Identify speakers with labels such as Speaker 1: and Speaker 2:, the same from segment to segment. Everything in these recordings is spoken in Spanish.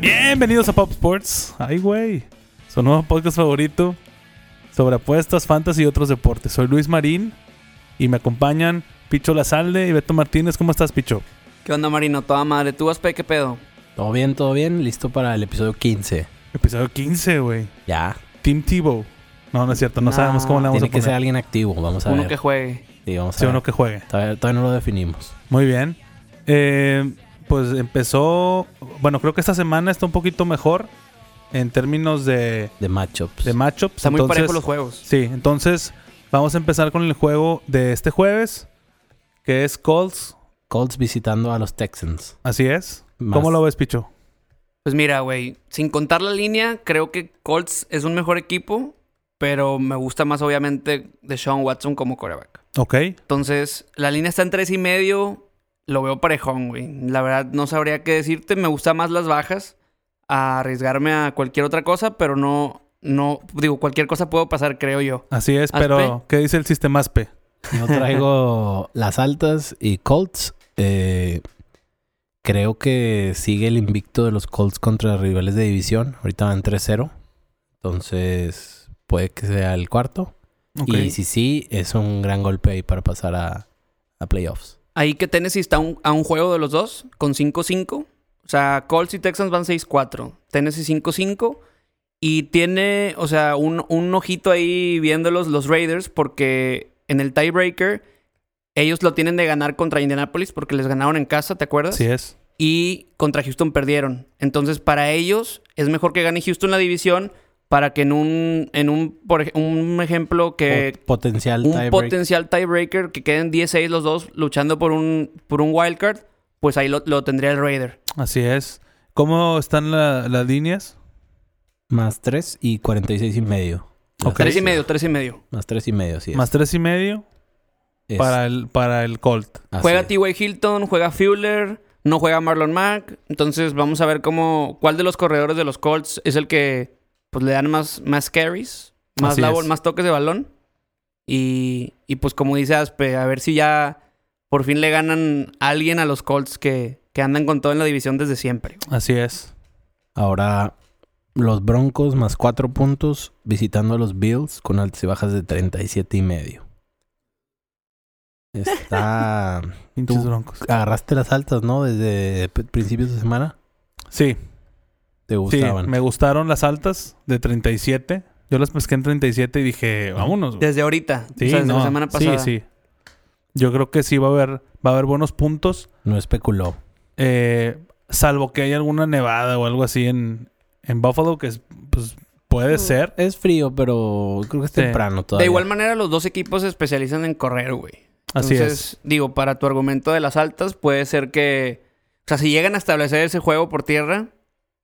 Speaker 1: Bienvenidos a Pop Sports. Ay, güey. Su nuevo podcast favorito sobre apuestas, fantasy y otros deportes. Soy Luis Marín y me acompañan Picho Lazalde y Beto Martínez. ¿Cómo estás, Picho?
Speaker 2: ¿Qué onda, Marino? Toda madre. ¿Tú, Aspe, qué pedo?
Speaker 3: Todo bien, todo bien. Listo para el episodio 15.
Speaker 1: Episodio 15, güey.
Speaker 3: Ya.
Speaker 1: Team Tebow. No, no es cierto. No,
Speaker 2: No,
Speaker 1: sabemos cómo le vamos
Speaker 3: Tiene
Speaker 1: a
Speaker 3: que
Speaker 1: poner.
Speaker 3: ser alguien activo. Vamos a
Speaker 2: Uno
Speaker 3: ver.
Speaker 2: que juegue.
Speaker 3: Sí, vamos a
Speaker 1: Sí,
Speaker 3: ver.
Speaker 1: uno que juegue.
Speaker 3: Todavía, todavía no lo definimos.
Speaker 1: Muy bien. Eh, pues empezó... Bueno, creo que esta semana está un poquito mejor en términos de,
Speaker 3: De matchups.
Speaker 1: de matchups.
Speaker 2: Está muy
Speaker 1: Entonces,
Speaker 2: parejo los juegos.
Speaker 1: Sí, entonces vamos a empezar con el juego de este jueves, que es Colts.
Speaker 3: Colts visitando a los Texans.
Speaker 1: Así es.
Speaker 3: Más.
Speaker 1: ¿Cómo lo ves, Picho?
Speaker 2: Pues mira, güey, sin contar la línea, creo que Colts es un mejor equipo, pero me gusta más, obviamente, de Sean Watson como coreback.
Speaker 1: Ok.
Speaker 2: Entonces, la línea está en tres y medio. Lo veo parejón, güey. La verdad, no sabría qué decirte. Me gusta más las bajas. A arriesgarme a cualquier otra cosa, pero no. No, digo, cualquier cosa puedo pasar, creo yo.
Speaker 1: Así es,
Speaker 2: Aspe.
Speaker 1: pero ¿qué dice el sistema ASPE?
Speaker 3: Yo traigo las altas y Colts. eh, creo que sigue el invicto de los Colts contra rivales de división. Ahorita van 3-0. Entonces, puede que sea el cuarto.
Speaker 1: Ok.
Speaker 3: Y si sí, es un gran golpe ahí para pasar a, a playoffs.
Speaker 2: Ahí que Tennessee está un- a un juego de los dos, con 5-5. O sea, Colts y Texans van 6-4. Tennessee 5-5. Y tiene, o sea, un, un ojito ahí viéndolos los Raiders, porque en el tiebreaker ellos lo tienen de ganar contra Indianapolis, porque les ganaron en casa, ¿te acuerdas?
Speaker 1: Así es.
Speaker 2: Y contra Houston perdieron. Entonces, para ellos es mejor que gane Houston la división para que en un, en un, por ej- un
Speaker 1: Eh,
Speaker 2: ejemplo que
Speaker 3: Pot- Potencial
Speaker 2: un
Speaker 3: tiebreak.
Speaker 2: potencial tiebreaker que queden 10-6 los dos luchando por un, por un wildcard, pues ahí lo, lo tendría el Raider.
Speaker 1: Así es. ¿Cómo están la- las líneas?
Speaker 3: Más 3 y 46 y medio. Más
Speaker 1: Ok.
Speaker 2: Tres y
Speaker 3: tres-
Speaker 2: medio, tres y medio.
Speaker 3: Más 3 y medio, sí. es.
Speaker 1: Más tres y medio
Speaker 3: Es-
Speaker 1: para el, para el Colt.
Speaker 3: así
Speaker 2: juega
Speaker 3: es.
Speaker 2: T.Y. Hilton, juega Fuller, no juega Marlon Mack. Entonces vamos a ver cómo, cuál de los corredores de los Colts es el que pues, le dan más, más carries, más
Speaker 1: Así
Speaker 2: la
Speaker 1: es.
Speaker 2: bol- más toques de balón. Y, y pues como dice Aspe, a ver si ya por fin le ganan a alguien a los Colts que, que andan con todo en la división desde siempre.
Speaker 1: Así es.
Speaker 3: Ahora, los Broncos más 4 puntos visitando a los Bills con altas y bajas de 37 y medio. Está...
Speaker 1: Pinches
Speaker 3: Tú.
Speaker 1: broncos.
Speaker 3: Agarraste las altas, ¿no? Desde p- principios de semana.
Speaker 1: Sí,
Speaker 3: Te
Speaker 1: sí.
Speaker 3: gustaban.
Speaker 1: Me gustaron las altas de 37. Yo las pesqué en 37 y dije, vámonos. güey.
Speaker 2: Desde ahorita,
Speaker 1: Sí,
Speaker 2: o sea, desde
Speaker 1: no.
Speaker 2: la semana pasada.
Speaker 1: Sí, sí. Yo creo que sí va a haber, va a haber buenos puntos.
Speaker 3: No especuló.
Speaker 1: Eh, salvo que haya alguna nevada o algo así en, en Buffalo, que es, pues,
Speaker 2: Mm.
Speaker 1: puede ser.
Speaker 3: Es frío, pero creo que es
Speaker 1: Sí.
Speaker 3: temprano todavía.
Speaker 2: De igual manera, los dos equipos se especializan en correr, güey.
Speaker 1: Así
Speaker 2: Entonces, digo, para tu argumento de las altas, puede ser que. O sea, si llegan a establecer ese juego por tierra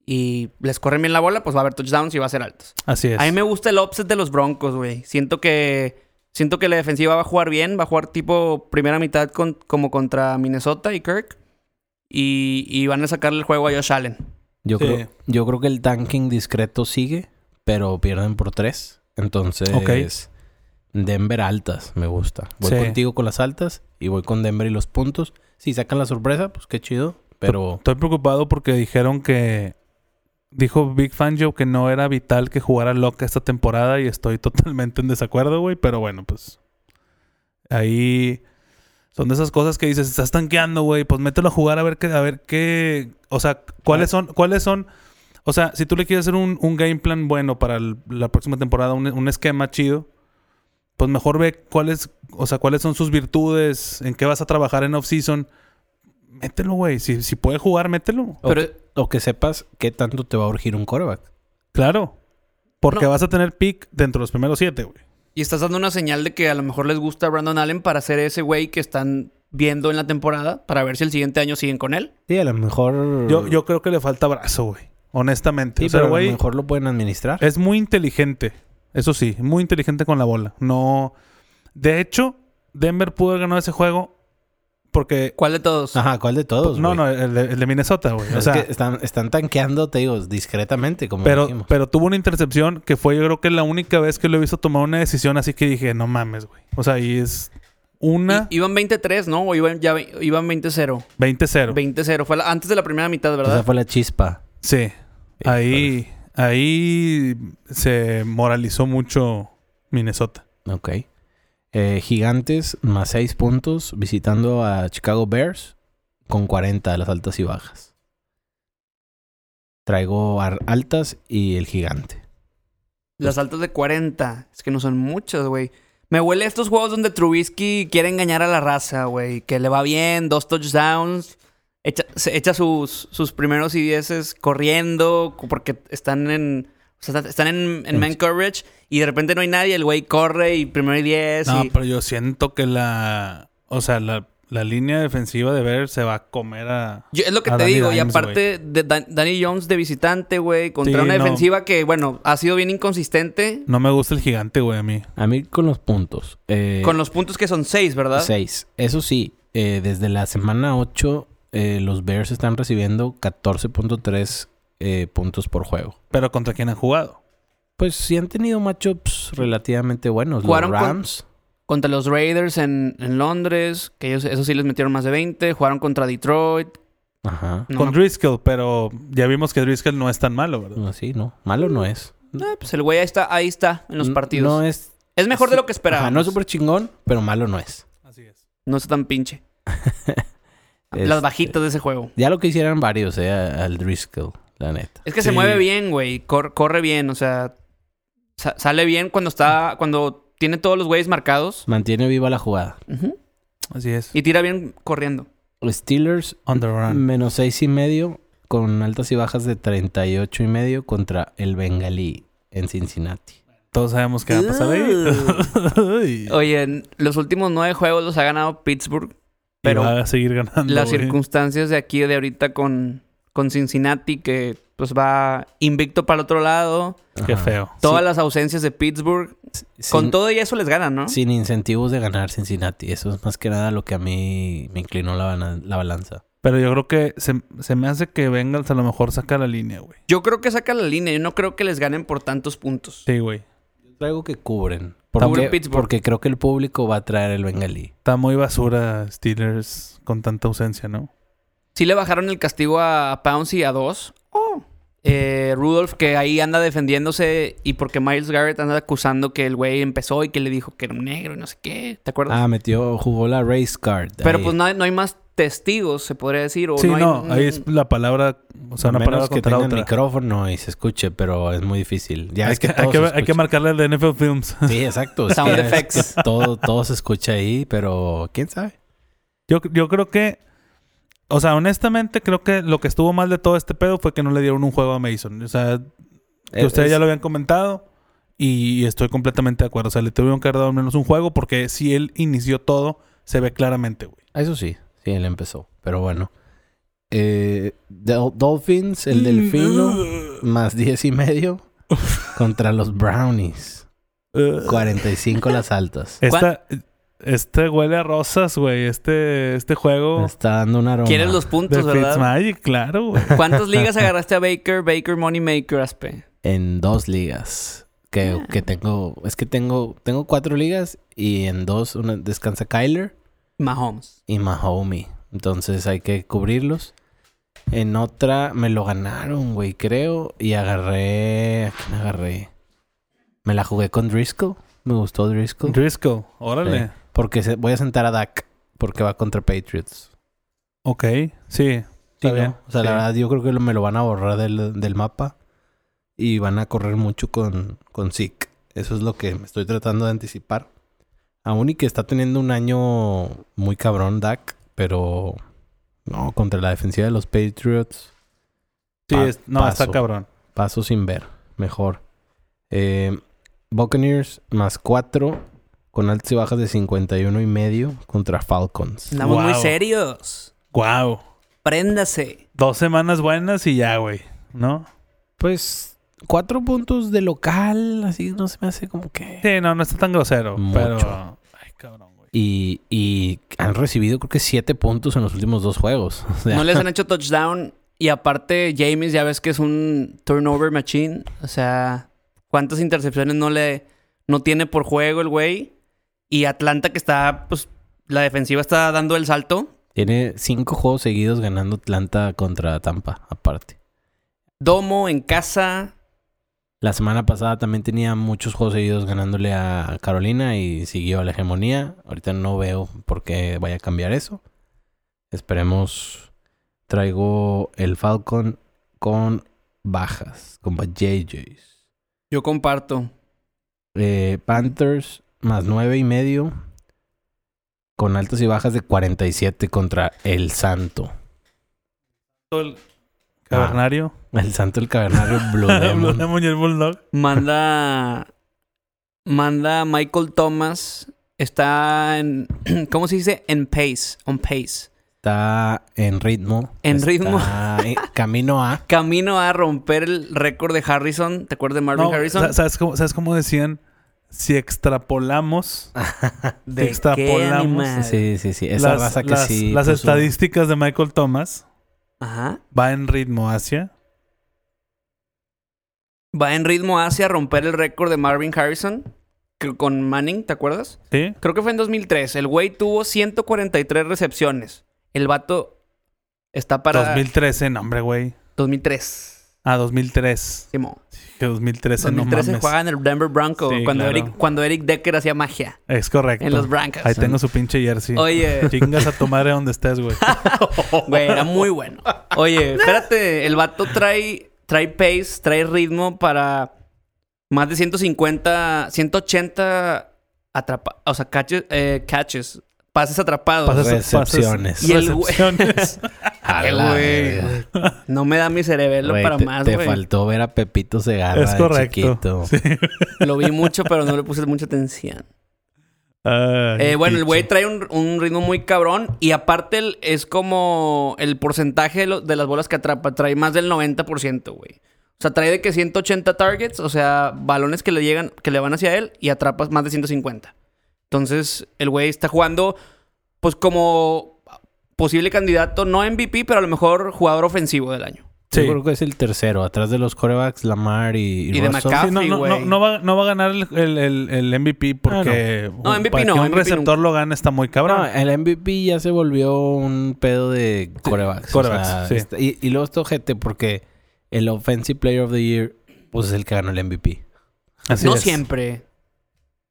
Speaker 2: y les corren bien la bola, pues va a haber touchdowns y va a ser altas.
Speaker 1: es. Así es.
Speaker 2: A mí me gusta el offset de los Broncos, güey. Siento que. Siento que la defensiva va a jugar bien, va a jugar tipo primera mitad con- como contra Minnesota y Kirk. Y, y van a sacarle el juego a Josh Allen.
Speaker 3: Yo,
Speaker 1: Sí.
Speaker 3: creo, yo creo que el tanking discreto sigue, pero pierden por tres. Entonces, Denver altas, me gusta. Voy
Speaker 1: Sí.
Speaker 3: contigo con las altas y voy con Denver y los puntos. Si sacan la sorpresa, pues qué chido. Pero
Speaker 1: Estoy preocupado porque dijeron que. Dijo Big Fangio que no era vital que jugara Locke esta temporada y estoy totalmente en desacuerdo, güey. Pero bueno, pues. Ahí. Son de esas cosas que dices, estás tanqueando, güey. Pues mételo a jugar a ver qué. A ver qué. O sea, ¿cuáles son? ¿Cuáles son? O sea, si tú le quieres hacer un, un game plan bueno para el- la próxima temporada, un, un esquema chido, pues mejor ve cuáles, o sea, cuáles son sus virtudes, en qué vas a trabajar en off-season. Mételo, güey. Si, si puede jugar, mételo.
Speaker 3: O-
Speaker 2: Pero
Speaker 3: o que sepas qué tanto te va a urgir un coreback.
Speaker 1: Claro. Porque
Speaker 2: No.
Speaker 1: vas a tener pick dentro de los primeros siete, güey.
Speaker 2: Y estás dando una señal de que a lo mejor les gusta Brandon Allen para ser ese güey que están viendo en la temporada para ver si el siguiente año siguen con él.
Speaker 3: Sí, a lo mejor.
Speaker 1: Yo, yo creo que le falta brazo, güey. Honestamente.
Speaker 3: Mm. Sí,
Speaker 1: o sea,
Speaker 3: pero a
Speaker 1: güey,
Speaker 3: lo mejor lo pueden administrar.
Speaker 1: es muy inteligente. Eso sí, muy inteligente con la bola. No. De hecho, Denver pudo haber ganado ese juego porque.
Speaker 2: ¿Cuál de todos?
Speaker 3: Ajá, ¿cuál de todos?
Speaker 1: no,
Speaker 3: güey?
Speaker 1: no, el de, el de Minnesota, güey. O
Speaker 3: Es
Speaker 1: sea,
Speaker 3: que están, están tanqueando, te digo, discretamente, como
Speaker 1: pero,
Speaker 3: dijimos.
Speaker 1: pero tuvo una intercepción que fue, yo creo que la única vez que lo he visto tomar una decisión así que dije, no mames, güey. O sea, y es una
Speaker 2: I- iban 23, ¿no? O iban, ya, ve- iban 20-0.
Speaker 1: 20-0.
Speaker 3: Pues
Speaker 2: 20-0. Fue la- antes de la primera mitad, ¿verdad?
Speaker 3: Esa fue la chispa.
Speaker 1: Sí.
Speaker 3: Eh,
Speaker 1: Ahí, ahí se moralizó mucho Minnesota.
Speaker 3: Ok. Eh, gigantes más 6 puntos visitando a Chicago Bears con 40 de las altas y bajas. Traigo ar- altas y el gigante.
Speaker 1: Pues
Speaker 2: Las altas de 40. Es que no son muchas, güey. Me huele a estos juegos donde Trubisky quiere engañar a la raza, güey. Que le va bien, dos touchdowns. Echa, se echa sus, sus primeros y dieces corriendo co- porque están en... o sea, están en, en man coverage y de repente no hay nadie. El güey corre y primero y diez.
Speaker 1: No,
Speaker 2: y-
Speaker 1: pero yo siento que la. O sea, la, la línea defensiva de Bears se va a comer a.
Speaker 2: Yo- es lo que
Speaker 1: a
Speaker 2: te
Speaker 1: Danny
Speaker 2: digo. y
Speaker 1: Dimes,
Speaker 2: aparte, de Dan- Danny Jones de visitante, güey. Contra
Speaker 1: Sí,
Speaker 2: una
Speaker 1: no.
Speaker 2: defensiva que, bueno, ha sido bien inconsistente.
Speaker 1: No me gusta el gigante, güey, a mí.
Speaker 3: A mí con los puntos. eh,
Speaker 2: Con los puntos que son seis,
Speaker 1: Pues
Speaker 2: ¿verdad?
Speaker 3: Seis. Eso sí, eh, desde la semana 8 los Bears están recibiendo 14.3 eh, puntos por juego.
Speaker 1: Pero contra quién han jugado.
Speaker 3: Pues sí han tenido matchups relativamente buenos. Los
Speaker 2: Jugaron con-
Speaker 3: Rams.
Speaker 2: Contra los Raiders en, en Londres, que ellos, eso sí les metieron más de 20. Jugaron contra Detroit.
Speaker 3: Ajá.
Speaker 2: No
Speaker 1: con
Speaker 2: me-
Speaker 1: Driscoll, pero ya vimos que Driscoll no es tan malo, ¿verdad?
Speaker 3: No, sí, no. Malo no es.
Speaker 2: Eh, pues el güey ahí está, ahí está en los
Speaker 3: N-
Speaker 2: partidos.
Speaker 3: No
Speaker 2: es,
Speaker 3: es
Speaker 2: mejor de lo que
Speaker 3: Ajá,
Speaker 2: esperábamos.
Speaker 3: no es súper chingón, pero malo no es.
Speaker 1: Así es.
Speaker 2: No está tan pinche.
Speaker 3: Este,
Speaker 2: Las bajitas de ese juego.
Speaker 3: Ya lo que hicieran varios, eh, a- al Driscoll, la neta.
Speaker 2: Es que se
Speaker 1: Sí.
Speaker 2: mueve bien, güey. cor- corre bien, o sea. sa- sale bien cuando está. Cuando tiene todos los güeyes marcados.
Speaker 3: Mantiene viva la jugada.
Speaker 2: Ujú.
Speaker 1: Así es.
Speaker 2: Y tira bien corriendo.
Speaker 3: Steelers,
Speaker 1: On the run.
Speaker 3: menos seis y medio, con altas y bajas de 38 y medio contra el Bengalí en Cincinnati.
Speaker 1: Todos sabemos qué va a pasar ahí.
Speaker 2: Oye, en los últimos nueve juegos los ha ganado Pittsburgh.
Speaker 1: pero
Speaker 2: pero-
Speaker 1: va a seguir ganando.
Speaker 2: las
Speaker 1: güey.
Speaker 2: circunstancias de aquí de ahorita con, con Cincinnati, que pues va invicto para el otro lado.
Speaker 1: Qué
Speaker 3: Ajá.
Speaker 1: feo.
Speaker 2: Todas las ausencias de Pittsburgh.
Speaker 3: Sin-
Speaker 2: Con todo y eso les ganan, ¿no?
Speaker 3: Sin incentivos de ganar Cincinnati. Eso es más que nada lo que a mí me inclinó la, bana- la balanza.
Speaker 1: Pero yo creo que se, se me hace que Bengals a lo mejor saca la línea, güey.
Speaker 2: Yo creo que saca la línea. Yo no creo que les ganen por tantos puntos.
Speaker 1: Sí, güey.
Speaker 3: Traigo que cubren.
Speaker 2: Cubre
Speaker 3: Porque,
Speaker 2: Pittsburgh.
Speaker 3: porque creo que el público va a traer el Bengalí.
Speaker 1: Está muy basura Steelers con tanta ausencia, ¿no?
Speaker 2: Sí le bajaron el castigo a Pouncey a dos.
Speaker 1: Oh.
Speaker 2: Eh, Rudolph, que ahí anda defendiéndose y porque Miles Garrett anda acusando que el güey empezó y que le dijo que era un negro y no sé qué. ¿Te acuerdas?
Speaker 3: Ah, metió, jugó la race card.
Speaker 2: Pero
Speaker 3: ahí.
Speaker 2: pues no hay, no hay más testigos, se podría decir. O
Speaker 1: sí,
Speaker 2: no, hay-
Speaker 1: no, ahí es la palabra, o sea,
Speaker 3: A
Speaker 1: una palabra
Speaker 3: menos que
Speaker 1: contra
Speaker 3: tenga
Speaker 1: otra.
Speaker 3: micrófono y se escuche, pero es muy difícil. Ya
Speaker 1: Hay
Speaker 3: es que,
Speaker 1: que, hay
Speaker 3: todo
Speaker 1: que-
Speaker 3: se
Speaker 1: hay que
Speaker 3: escucha.
Speaker 1: marcarle al de NFL Films.
Speaker 3: Sí, exacto. Es
Speaker 2: Sound
Speaker 3: que- es que
Speaker 2: effects.
Speaker 3: todo, todo se escucha ahí, pero quién sabe.
Speaker 1: Yo, yo creo que, o sea, honestamente, creo que lo que estuvo mal de todo este pedo fue que no le dieron un juego a Mason. O sea, que
Speaker 3: Es-
Speaker 1: ustedes
Speaker 3: Eh, es-
Speaker 1: ya lo habían comentado y estoy completamente de acuerdo. O sea, le tuvieron que haber dado al menos un juego porque si él inició todo, se ve claramente, güey.
Speaker 3: Eso sí, sí, él empezó. Pero bueno. Eh, Dol- Dolphins, el delfino, más 10 y medio contra los Brownies. 45 las altas.
Speaker 1: Eh, Esta, este huele a rosas, güey. Este, este
Speaker 3: Me
Speaker 1: juego
Speaker 3: está dando un aroma.
Speaker 2: Quieres los
Speaker 3: Este
Speaker 1: de
Speaker 2: puntos, ¿verdad?
Speaker 1: Fitzmagic, claro, güey.
Speaker 2: ¿Cuántas ligas agarraste a Baker, Baker Moneymaker, Aspe?
Speaker 3: En dos ligas. Que,
Speaker 2: Ah.
Speaker 3: que tengo. Es que tengo. Tengo cuatro ligas. Y en dos una, descansa Kyler
Speaker 2: Mahomes.
Speaker 3: y Mahomi. Entonces hay que cubrirlos. En otra me lo ganaron, güey, creo. Y agarré. ¿A quién agarré? Me la jugué con Driscoll. Me gustó Driscoll.
Speaker 1: Driscoll, órale.
Speaker 3: Sí. Porque se- voy a sentar a Dak. Porque va contra Patriots.
Speaker 1: Ok, sí.
Speaker 3: Sí,
Speaker 1: Está
Speaker 3: ¿no?
Speaker 1: bien.
Speaker 3: O sea, la
Speaker 1: Sí.
Speaker 3: verdad, yo creo que lo- me lo van a borrar del, del mapa y van a correr mucho con, con Zeke. Eso es lo que me estoy tratando de anticipar. Aún y que está teniendo un año muy cabrón, Dak, pero no, contra la defensiva de los Patriots,
Speaker 1: Sí,
Speaker 3: Pa-
Speaker 1: es- no, está
Speaker 3: paso.
Speaker 1: cabrón.
Speaker 3: paso sin ver, mejor. Eh, Buccaneers más 4 con altas y bajas de 51 y medio contra Falcons.
Speaker 2: Andamos muy
Speaker 1: Wow.
Speaker 2: serios.
Speaker 1: Wow.
Speaker 2: Préndase.
Speaker 1: Dos semanas buenas y ya, güey. ¿No?
Speaker 3: Pues cuatro puntos de local, así no se me hace como que...
Speaker 1: Sí, no, no está tan grosero.
Speaker 3: Mucho. Ah.
Speaker 1: Pero. Ay, cabrón, güey.
Speaker 3: Y, y han recibido creo que siete puntos en los últimos dos juegos. O sea,
Speaker 2: No les han hecho touchdown. Y aparte, James, ya ves que es un turnover machine. O sea, ¿cuántas intercepciones no le no tiene por juego el güey? Y Atlanta que está, pues, la defensiva está dando el salto.
Speaker 3: Tiene cinco juegos seguidos ganando Atlanta contra Tampa, aparte.
Speaker 2: domo, en casa.
Speaker 3: La semana pasada también tenía muchos juegos seguidos ganándole a Carolina y siguió a la hegemonía. Ahorita no veo por qué vaya a cambiar eso. Esperemos. Traigo el Falcon con bajas, con JJs.
Speaker 2: Yo comparto.
Speaker 3: Eh, Panthers más nueve y medio. Con altas y bajas de 47 contra el Santo.
Speaker 1: El cavernario.
Speaker 3: El Santo, el Cavernario Blue Demon.
Speaker 1: Blue Demon y el Bulldog.
Speaker 2: Manda. manda Michael Thomas. Está en. ¿Cómo se dice? En pace. On pace.
Speaker 3: Está en ritmo.
Speaker 2: En ritmo.
Speaker 3: Está en Camino a.
Speaker 2: Camino a romper el récord de Harrison. ¿Te acuerdas de Marvin
Speaker 1: No,
Speaker 2: Harrison?
Speaker 1: sa- ¿sabes, cómo, ¿Sabes cómo decían? Si extrapolamos
Speaker 2: ¿De qué
Speaker 1: extrapolamos.
Speaker 2: animal?
Speaker 3: Sí, sí, sí. Ah, Esa
Speaker 1: las,
Speaker 3: raza que
Speaker 1: las-
Speaker 3: sí. pues,
Speaker 1: las
Speaker 3: puso-
Speaker 1: estadísticas de Michael Thomas,
Speaker 2: Ajá.
Speaker 1: va en ritmo hacia.
Speaker 2: Va en ritmo hacia romper el récord de Marvin Harrison. que- Con Manning, ¿te acuerdas?
Speaker 1: ¿Sí?
Speaker 2: Creo que fue en 2003. El güey tuvo 143 recepciones. El vato está para
Speaker 1: 2013, no, hombre, güey.
Speaker 2: 2003.
Speaker 1: Ah, 2003.
Speaker 2: Simón.
Speaker 1: Que 2013,
Speaker 2: 2013
Speaker 1: no mames.
Speaker 2: jugaba en el Denver Broncos
Speaker 1: Sí,
Speaker 2: cuando,
Speaker 1: claro.
Speaker 2: Eric, cuando Eric Decker hacía magia
Speaker 1: Es correcto.
Speaker 2: en los Broncos.
Speaker 1: Ahí tengo su pinche jersey.
Speaker 2: Oye, Ah,
Speaker 1: Chingas a tu madre donde estés, güey.
Speaker 2: güey, era muy bueno. Oye, espérate, el vato trae, trae pace, trae ritmo para más de 150, 180 atrapa, o sea, catches, eh, catches, pases atrapados.
Speaker 1: Pasas-
Speaker 3: Recepciones.
Speaker 1: pasas-
Speaker 2: Y el güey-
Speaker 1: recepciones.
Speaker 3: A
Speaker 2: Eh,
Speaker 3: la
Speaker 2: güey,
Speaker 3: verga.
Speaker 2: No me da mi cerebelo
Speaker 3: Güey,
Speaker 2: para
Speaker 3: te,
Speaker 2: más,
Speaker 3: te
Speaker 2: güey.
Speaker 3: faltó ver a Pepito Segarra
Speaker 1: es
Speaker 3: de
Speaker 1: correcto.
Speaker 3: chiquito.
Speaker 1: Sí.
Speaker 2: Lo vi mucho, pero no le puse mucha atención.
Speaker 1: Ay,
Speaker 2: Eh, bueno, el
Speaker 1: pinche.
Speaker 2: güey trae un, un ritmo muy cabrón y aparte el- es como el porcentaje de, lo- de las bolas que atrapa. Trae más del 90%, güey. O sea, trae de que 180 targets, o sea, balones que le llegan, que le van hacia él y atrapas más de 150. Entonces, el güey está jugando, pues como posible candidato, no MVP, pero a lo mejor jugador ofensivo del año.
Speaker 1: Sí.
Speaker 3: Yo creo que es el tercero. Atrás de los corebacks, Lamar y,
Speaker 2: Y de
Speaker 3: Russell.
Speaker 2: McCaffrey.
Speaker 1: Sí, no, no, no,
Speaker 2: güey.
Speaker 1: no va, no va a ganar el, el- el- el MVP porque
Speaker 2: Ah, No,
Speaker 1: uh,
Speaker 2: MVP
Speaker 1: para
Speaker 2: no,
Speaker 1: que un
Speaker 2: MVP
Speaker 1: receptor lo gane está muy
Speaker 3: No,
Speaker 1: cabrón.
Speaker 2: eh.
Speaker 3: el MVP ya se volvió un pedo de corebacks. o
Speaker 1: corebacks,
Speaker 3: sea,
Speaker 1: sí.
Speaker 3: está- y, y luego esto, gente, porque el Offensive Player of the Year, pues es el que ganó el MVP.
Speaker 1: Así
Speaker 2: no
Speaker 1: es.
Speaker 2: siempre.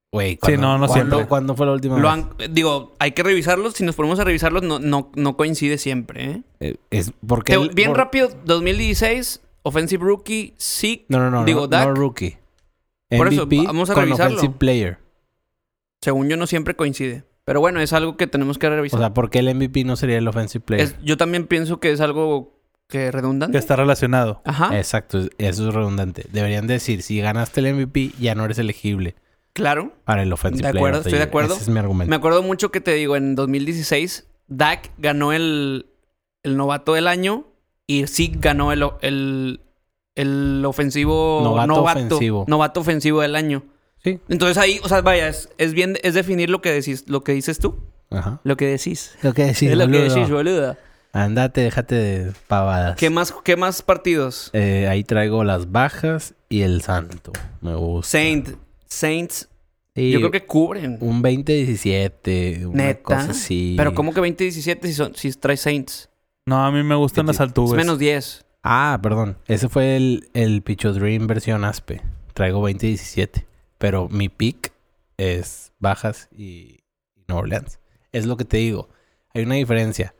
Speaker 3: Güey,
Speaker 1: no, no
Speaker 3: cuándo-
Speaker 1: siempre.
Speaker 3: ¿Cuándo fue la última
Speaker 2: Lo
Speaker 3: vez?
Speaker 2: han- digo, hay que revisarlos. Si nos ponemos a revisarlos, no, no, no coincide siempre. ¿eh?
Speaker 3: Eh, es porque
Speaker 2: Te-
Speaker 3: el-
Speaker 2: bien
Speaker 3: por-
Speaker 2: rápido, 2016, Offensive Rookie, sí,
Speaker 3: No, no, no.
Speaker 2: Digo,
Speaker 3: no,
Speaker 2: Dak.
Speaker 3: no rookie.
Speaker 2: Por eso,
Speaker 3: MVP
Speaker 2: vamos a
Speaker 3: con
Speaker 2: revisarlo.
Speaker 3: Offensive Player.
Speaker 2: según yo no siempre coincide. Pero bueno, es algo que tenemos que
Speaker 3: O
Speaker 2: revisar.
Speaker 3: sea, ¿por qué el MVP no sería el Offensive Player?
Speaker 2: Es- yo también pienso que es algo que
Speaker 1: Que
Speaker 2: redundante.
Speaker 1: está relacionado.
Speaker 2: Ajá,
Speaker 3: Exacto, es- eso es redundante. Deberían decir, si ganaste el MVP, ya no eres elegible
Speaker 2: claro.
Speaker 3: para el Offensive
Speaker 2: De
Speaker 3: Player.
Speaker 2: acuerdo,
Speaker 3: of the
Speaker 2: estoy de
Speaker 3: Year.
Speaker 2: acuerdo.
Speaker 3: Ese es mi argumento.
Speaker 2: Me acuerdo mucho que te digo, en 2016, Dak ganó el, el novato del año y sí ganó el, o- el, el ofensivo
Speaker 3: Novato
Speaker 2: novato,
Speaker 3: ofensivo.
Speaker 2: novato ofensivo del año.
Speaker 3: Sí.
Speaker 2: Entonces ahí, o sea, vaya, es, es bien, es definir lo que decís, lo que dices tú.
Speaker 3: Ajá.
Speaker 2: Lo que decís.
Speaker 3: Lo que decís,
Speaker 2: es lo que
Speaker 3: boludo.
Speaker 2: decís, boluda.
Speaker 3: Andate, déjate de pavadas.
Speaker 2: ¿Qué más, qué más partidos?
Speaker 3: Eh, ahí traigo las bajas y el santo. Me gusta.
Speaker 2: Saint, Saints,
Speaker 3: Sí,
Speaker 2: yo creo que cubren.
Speaker 3: Un 20-17. Una
Speaker 2: Neta.
Speaker 3: cosa así.
Speaker 2: Pero ¿cómo que 20-17 si, son, si trae Saints?
Speaker 1: No, a mí me gustan
Speaker 3: Sí,
Speaker 1: las
Speaker 3: sí.
Speaker 2: Es
Speaker 1: alturas.
Speaker 2: menos 10.
Speaker 3: Ah, perdón. Ese fue el, el Picho Dream versión Aspe. Traigo 20-17. Pero mi pick es bajas y y New Orleans. Es lo que te digo. Hay una diferencia.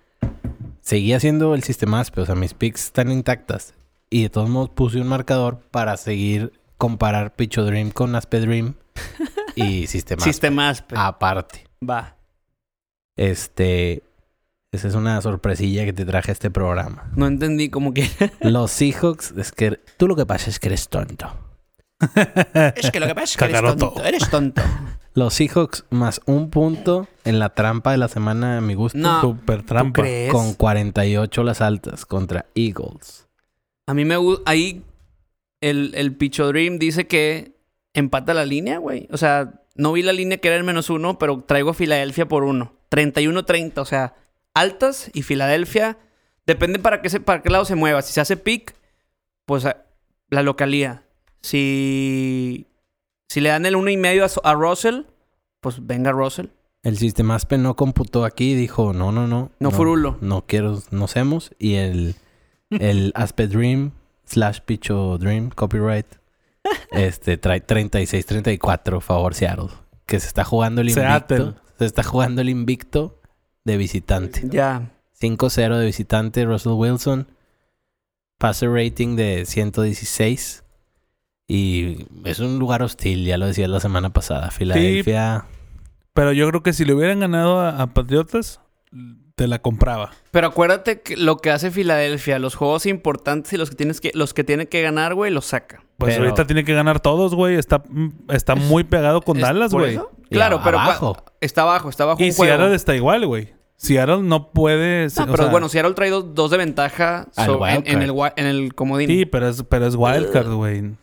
Speaker 3: Seguía haciendo el sistema Aspe. O sea, mis picks están intactas. Y de todos modos puse un marcador para seguir comparar Picho Dream con Aspe Dream y sistema Aspe.
Speaker 2: Sistemas. pe.
Speaker 3: Aparte.
Speaker 2: Va.
Speaker 3: Este. Esa es una sorpresilla que te traje a este programa.
Speaker 2: No entendí como que...
Speaker 3: Los Seahawks, es que tú lo que pasa es que eres tonto.
Speaker 2: es que lo que pasa es que eres
Speaker 1: Cacaroto.
Speaker 2: tonto. Eres tonto.
Speaker 3: Los Seahawks más un punto en la trampa de la semana, a mi gusto.
Speaker 2: No.
Speaker 1: Super trampa.
Speaker 2: crees?
Speaker 3: Con 48 las altas contra Eagles.
Speaker 2: A mí me gusta... Ahí el, el Picho Dream dice que empata la línea, güey. O sea, no vi la línea que era el menos uno, pero traigo a Filadelfia por uno. 31-30, o sea, altas y Filadelfia. Depende para qué, se- para qué lado se mueva. Si se hace pick, pues a- la localía. Si, si le dan el uno y medio a, So- a Russell, pues venga Russell.
Speaker 3: El sistema Aspen no computó aquí y dijo, no, no, no.
Speaker 2: No furulo.
Speaker 3: No quiero, no hacemos. Y el, el Aspe Dream slash Picho Dream, copyright. Este trae 36-34 favor Seattle. Que se está jugando el invicto.
Speaker 1: Seattle.
Speaker 3: Se está jugando el invicto de visitante.
Speaker 2: Ya.
Speaker 3: 5-0 de visitante, Russell Wilson. Passer rating de 116. Y es un lugar hostil, ya lo decía la semana pasada. Filadelfia.
Speaker 1: Pero yo creo que si le hubieran ganado a, a Patriotas, te la compraba.
Speaker 2: Pero acuérdate que lo que hace Filadelfia, los juegos importantes y los que tienes que, los que tiene que ganar, güey, los saca.
Speaker 1: Pues
Speaker 3: Pero-
Speaker 1: ahorita tiene que ganar todos, güey. Está, mm, está muy pegado con
Speaker 2: ¿Es
Speaker 1: Dallas,
Speaker 2: por
Speaker 1: güey.
Speaker 2: eso? Claro,
Speaker 3: a-
Speaker 2: pero cua-
Speaker 3: abajo.
Speaker 2: está abajo, está abajo
Speaker 1: Y
Speaker 2: un juego.
Speaker 1: Seattle está igual, güey. Seattle no puede.
Speaker 2: No,
Speaker 1: o
Speaker 2: pero
Speaker 1: sea,
Speaker 2: bueno, Seattle trae dos, dos de ventaja
Speaker 3: Al
Speaker 2: so- en,
Speaker 3: Ah, wild
Speaker 2: en
Speaker 3: card.
Speaker 2: el, wi- en el comodín.
Speaker 1: Sí, pero es, pero es
Speaker 2: Uh.
Speaker 1: Wildcard, güey.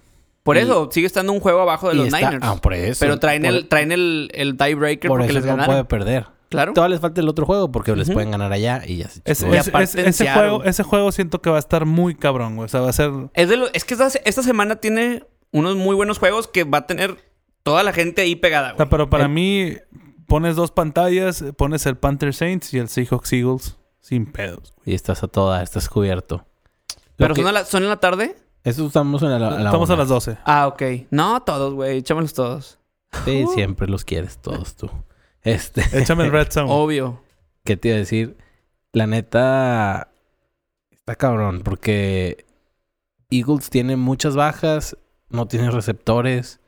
Speaker 2: por eso sigue estando un juego abajo de
Speaker 3: y
Speaker 2: los
Speaker 3: está-
Speaker 2: Niners.
Speaker 3: ah, por eso.
Speaker 2: pero traen
Speaker 3: Por-
Speaker 2: el, traen el, el tiebreaker
Speaker 3: por
Speaker 2: porque
Speaker 3: eso
Speaker 2: les
Speaker 3: no
Speaker 2: ganaron.
Speaker 3: puede perder.
Speaker 2: Claro.
Speaker 3: Todavía les falta el otro juego porque les
Speaker 2: Ujú.
Speaker 3: pueden ganar allá y ya se
Speaker 1: Es-
Speaker 3: chingó.
Speaker 1: es-
Speaker 2: aparte
Speaker 1: es-
Speaker 2: en
Speaker 1: ese,
Speaker 2: Seattle.
Speaker 1: juego, ese juego siento que va a estar muy cabrón, güey. O sea, va a ser.
Speaker 2: Es, de lo- es que esta, esta semana tiene unos muy buenos juegos que va a tener toda la gente ahí pegada,
Speaker 1: O
Speaker 2: güey.
Speaker 1: sea, pero para mí, pones dos pantallas, pones el Panther Saints y el Seahawks Eagles. Sin pedos.
Speaker 3: Y estás a toda, estás cubierto. Lo
Speaker 2: Pero
Speaker 3: que-
Speaker 2: son, a la- son en la tarde.
Speaker 3: Eso estamos en la, a la
Speaker 1: Estamos a
Speaker 3: una.
Speaker 1: las 12.
Speaker 2: Ah, ok. No, todos, güey. Échamelos todos.
Speaker 3: Sí, siempre los quieres todos tú. Este,
Speaker 1: Échame el Red Zone.
Speaker 2: Obvio.
Speaker 3: ¿qué te iba a decir? La neta está cabrón porque Eagles tiene muchas bajas, no tiene receptores.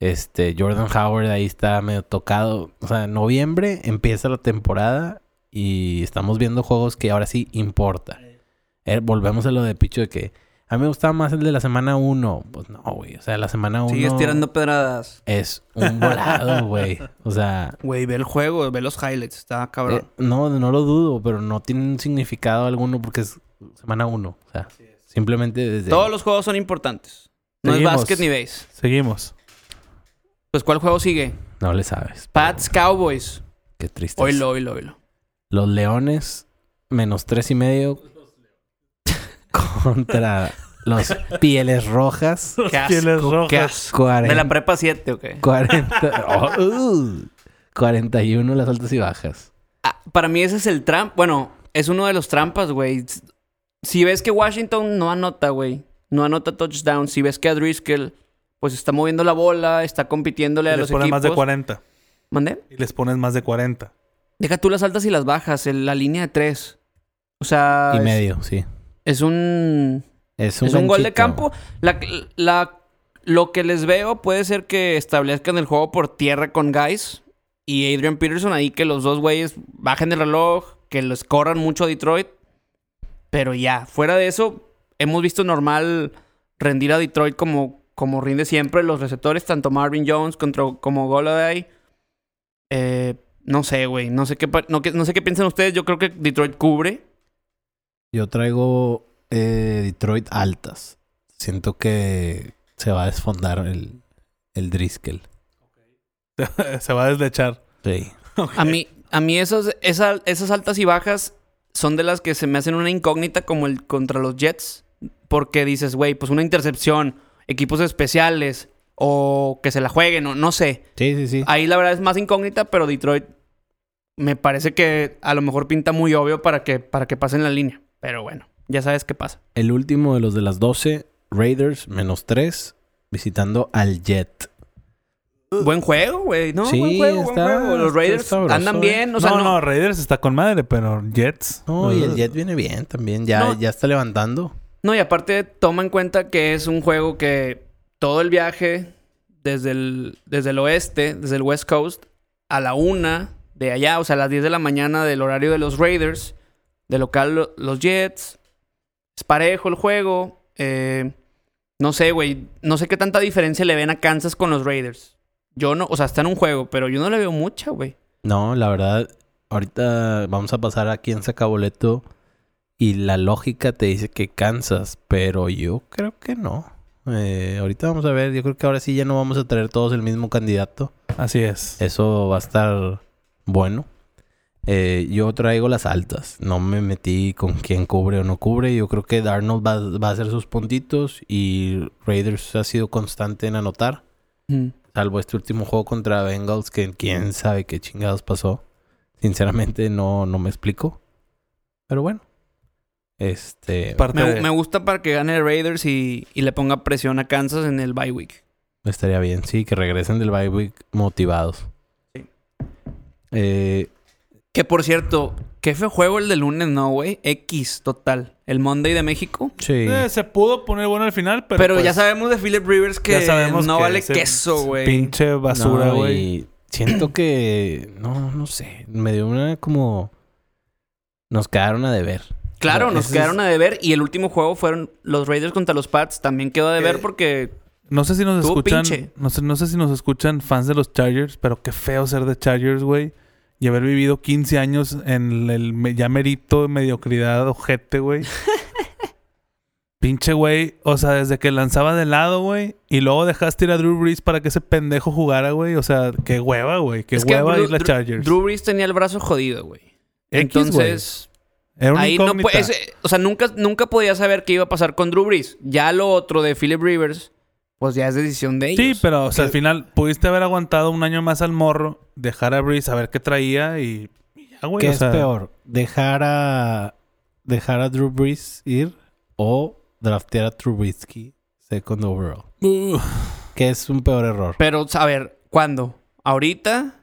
Speaker 3: Este, Jordan Howard ahí está medio tocado. O sea, en noviembre empieza la temporada y estamos viendo juegos que ahora sí importa. Eh, volvemos a lo de Picho de que a mí me gustaba más el de la semana 1. Pues no, güey. O sea, la semana 1
Speaker 2: Sigues tirando pedradas.
Speaker 3: es un volado, güey. O sea,
Speaker 2: Güey, ve el juego, ve los highlights. Está
Speaker 3: Eh,
Speaker 2: cabrón.
Speaker 3: no, no lo dudo, pero no tiene un significado alguno porque es semana uno. O sea, simplemente desde.
Speaker 2: todos los juegos son importantes. No
Speaker 1: Seguimos.
Speaker 2: es básquet ni base.
Speaker 1: Seguimos.
Speaker 2: Pues, ¿cuál juego sigue?
Speaker 3: No le sabes. pero
Speaker 2: Pats, Cowboys.
Speaker 3: Qué triste.
Speaker 2: Oilo, oilo, oilo.
Speaker 3: Los leones, menos tres y medio. contra los pieles rojas.
Speaker 2: Qué asco,
Speaker 1: Pieles rojas.
Speaker 2: qué asco.
Speaker 3: Cuaren-
Speaker 2: De la prepa 7, ok.
Speaker 3: 40 oh, uh, 41 las altas y bajas.
Speaker 2: Ah, para mí ese es el tramp. Bueno, es uno de los trampas, güey. Si ves que Washington no anota, güey. No anota touchdown. Si ves que a Driscoll, pues está moviendo la bola, está compitiéndole a
Speaker 1: les
Speaker 2: los
Speaker 1: pones más
Speaker 2: equipos.
Speaker 1: de 40.
Speaker 2: ¿Mandé?
Speaker 1: Y les pones más de 40.
Speaker 2: Deja tú las altas y las bajas, el- la línea de tres. O sea,
Speaker 3: y
Speaker 2: es-
Speaker 3: medio, sí.
Speaker 2: Es, un
Speaker 3: Es un,
Speaker 2: es un gol de
Speaker 3: ganchito.
Speaker 2: campo. La, la- lo que les veo puede ser que establezcan el juego por tierra con guys y Adrian Peterson ahí que los dos güeyes bajen el reloj, que los corran mucho a Detroit. Pero ya, fuera de eso, hemos visto normal rendir a Detroit como, como rinde siempre los receptores, tanto Marvin Jones contra, como Goladay. Eh, no sé, güey. No sé qué pa- no, que- no sé qué piensan ustedes. Yo creo que Detroit cubre.
Speaker 3: Yo traigo eh, Detroit altas. Siento que se va a desfondar el, el Driscoll.
Speaker 1: Eh, Se va a deslechar.
Speaker 3: Sí.
Speaker 2: A mí, a mí esos, esa- esas altas y bajas son de las que se me hacen una incógnita como el contra los Jets. Porque dices, güey, pues una intercepción, equipos especiales, o que se la jueguen, o no sé.
Speaker 3: Sí, sí, sí.
Speaker 2: Ahí la verdad es más incógnita, pero Detroit me parece que a lo mejor pinta muy obvio para que, para que pasen la línea. Pero bueno, ya sabes qué pasa.
Speaker 3: El último de los de las 12, Raiders menos 3, visitando al Jet.
Speaker 2: Buen juego, güey, ¿no?
Speaker 3: Uh. Sí,
Speaker 2: buen juego,
Speaker 3: está-
Speaker 2: buen juego. Los Raiders
Speaker 3: está sabroso,
Speaker 2: andan
Speaker 3: eh.
Speaker 2: bien, o sea,
Speaker 1: no, no,
Speaker 2: no-
Speaker 1: Raiders está con madre, pero Jets.
Speaker 3: No, y el
Speaker 1: Uh.
Speaker 3: Jet viene bien también. Ya,
Speaker 2: No.
Speaker 3: ya está levantando.
Speaker 2: No, y aparte toma en cuenta que es un juego que todo el viaje desde el, desde el oeste, desde el West Coast, a la una de allá, o sea, a las 10 de la mañana del horario de los Raiders, de local lo- los Jets, es parejo el juego, eh, no sé, güey, no sé qué tanta diferencia le ven a Kansas con los Raiders. Yo no, o sea, está en un juego, pero yo no le veo mucha, güey.
Speaker 3: No, la verdad, ahorita vamos a pasar a quién saca boleto. Y la lógica te dice que Kansas, pero yo creo que no. Eh, ahorita vamos a ver, yo creo que ahora sí ya no vamos a traer todos el mismo candidato.
Speaker 1: Así es.
Speaker 3: Eso va a estar bueno. Eh, yo traigo las altas. No me metí con quién cubre o no cubre. Yo creo que Darnold va, va a hacer sus puntitos y Raiders ha sido constante en anotar. Salvo este último juego contra Bengals que quién sabe qué chingados pasó. Sinceramente no, no me explico. Pero bueno. Este,
Speaker 1: Parte
Speaker 2: Me,
Speaker 1: de-
Speaker 2: me gusta para que gane Raiders y, y le ponga presión a Kansas en el bye week.
Speaker 3: estaría bien, sí, que regresen del bye week motivados.
Speaker 2: Sí.
Speaker 3: Eh,
Speaker 2: Que por cierto, qué feo juego el de lunes, ¿no, güey? X total. El Monday de México.
Speaker 3: sí.
Speaker 1: Eh, se pudo poner bueno al final, pero.
Speaker 2: Pero,
Speaker 1: pues,
Speaker 2: ya sabemos de Philip Rivers que
Speaker 1: ya sabemos
Speaker 2: no
Speaker 1: que
Speaker 2: vale
Speaker 1: ese
Speaker 2: queso, güey.
Speaker 1: Pinche basura,
Speaker 3: No,
Speaker 1: güey.
Speaker 3: y siento que. No, no sé. Me dio una como. Nos quedaron a deber.
Speaker 2: Claro,
Speaker 3: No,
Speaker 2: nos
Speaker 3: ese
Speaker 2: quedaron a deber y el último juego fueron los Raiders contra los Pats. También quedó a deber
Speaker 1: Eh,
Speaker 2: porque
Speaker 1: No sé si nos
Speaker 2: Estuvo
Speaker 1: escuchan.
Speaker 2: pinche.
Speaker 1: No sé, no sé si nos escuchan fans de los Chargers, pero qué feo ser de Chargers, güey. Y haber vivido 15 años en el, me- ya merito de mediocridad ojete, güey. Pinche güey, o sea, desde que lanzaba de lado, güey, y luego dejaste ir a Drew Brees para que ese pendejo jugara, güey. O sea, qué hueva, güey, qué
Speaker 2: es que
Speaker 1: hueva
Speaker 2: Drew-
Speaker 1: ir la
Speaker 2: Drew-
Speaker 1: Chargers.
Speaker 2: Drew Brees tenía el brazo jodido, güey.
Speaker 1: X, güey.
Speaker 2: Entonces,
Speaker 1: Era una
Speaker 2: ahí no
Speaker 1: incógnita.
Speaker 2: pu- ese- o sea, nunca, nunca podía saber qué iba a pasar con Drew Brees. Ya lo otro de Philip Rivers, pues ya es decisión de ellos.
Speaker 1: Sí, pero o sea, al
Speaker 2: Que-
Speaker 1: final pudiste haber aguantado un año más al morro, dejar a Breeze a ver qué traía y, y ya, güey.
Speaker 3: ¿Qué
Speaker 1: o
Speaker 3: es
Speaker 1: sea,
Speaker 3: peor? ¿Dejar a. Dejar a Drew Brees ir o draftear a Trubisky second overall?
Speaker 1: uh,
Speaker 3: Que es un peor error.
Speaker 2: Pero, a ver, ¿cuándo? ¿Ahorita?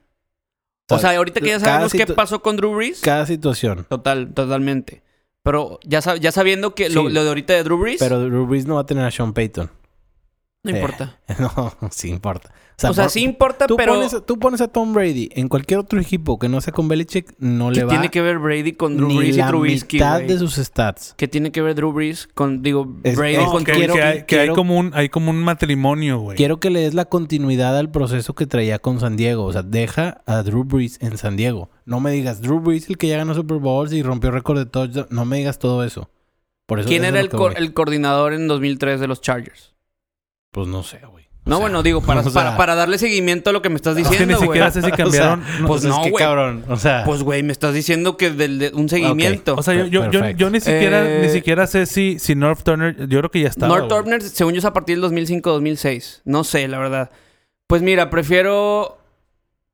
Speaker 2: O
Speaker 3: O sea,
Speaker 2: sea, ahorita que ya
Speaker 3: cada
Speaker 2: sabemos qué
Speaker 3: situ-
Speaker 2: pasó con Drew Brees.
Speaker 3: Cada situación.
Speaker 2: Total, totalmente. Pero ya, sab- ya sabiendo que lo,
Speaker 3: Sí.
Speaker 2: lo de ahorita de Drew Brees,
Speaker 3: Pero Drew Brees no va a tener a Sean Payton.
Speaker 2: no
Speaker 3: eh,
Speaker 2: importa.
Speaker 3: No, sí importa.
Speaker 2: o sea,
Speaker 3: por-
Speaker 2: sí importa,
Speaker 3: Tú,
Speaker 2: pero
Speaker 3: pones, tú pones a Tom Brady en cualquier otro equipo que no sea con Belichick, no
Speaker 2: ¿qué
Speaker 3: le va
Speaker 2: tiene que ver Brady con Drew
Speaker 3: ni
Speaker 2: Brees y
Speaker 3: la
Speaker 2: Trubisky,
Speaker 3: mitad
Speaker 2: güey?
Speaker 3: de sus stats.
Speaker 2: ¿Qué tiene que ver Drew Brees con, digo,
Speaker 3: Es-
Speaker 2: Brady
Speaker 3: es-
Speaker 1: no,
Speaker 2: con
Speaker 1: que,
Speaker 3: quiero-
Speaker 1: que hay, que hay
Speaker 3: quiero-
Speaker 1: como un, hay como un matrimonio, güey.
Speaker 3: Quiero que le des la continuidad al proceso que traía con San Diego. O sea, deja a Drew Brees en San Diego. No me digas Drew Brees el que ya ganó Super Bowls y rompió récord de touchdown. No me digas todo eso. Por eso
Speaker 2: ¿Quién
Speaker 3: eso
Speaker 2: era el,
Speaker 3: es lo que
Speaker 2: co-
Speaker 3: voy.
Speaker 2: el coordinador en 2003 de los Chargers?
Speaker 3: Pues no sé, güey. O
Speaker 2: No,
Speaker 3: sea,
Speaker 2: bueno, digo, para,
Speaker 3: o sea,
Speaker 2: para, para darle seguimiento a lo que me estás
Speaker 1: Es que ni
Speaker 2: diciendo, güey.
Speaker 1: siquiera sé si cambiaron. no,
Speaker 2: pues
Speaker 3: pues
Speaker 2: no,
Speaker 3: es que
Speaker 2: güey.
Speaker 3: cabrón. O sea,
Speaker 2: Pues, güey, me estás diciendo que del, de un seguimiento.
Speaker 1: o sea, yo, yo, yo,
Speaker 3: Perfecto.
Speaker 1: yo ni siquiera
Speaker 2: Eh,
Speaker 1: ni siquiera sé si, si North Turner, yo creo que ya estaba.
Speaker 2: North
Speaker 1: güey.
Speaker 2: Turner, según yo, es a partir del 2005-2006. No sé, la verdad. Pues mira, prefiero...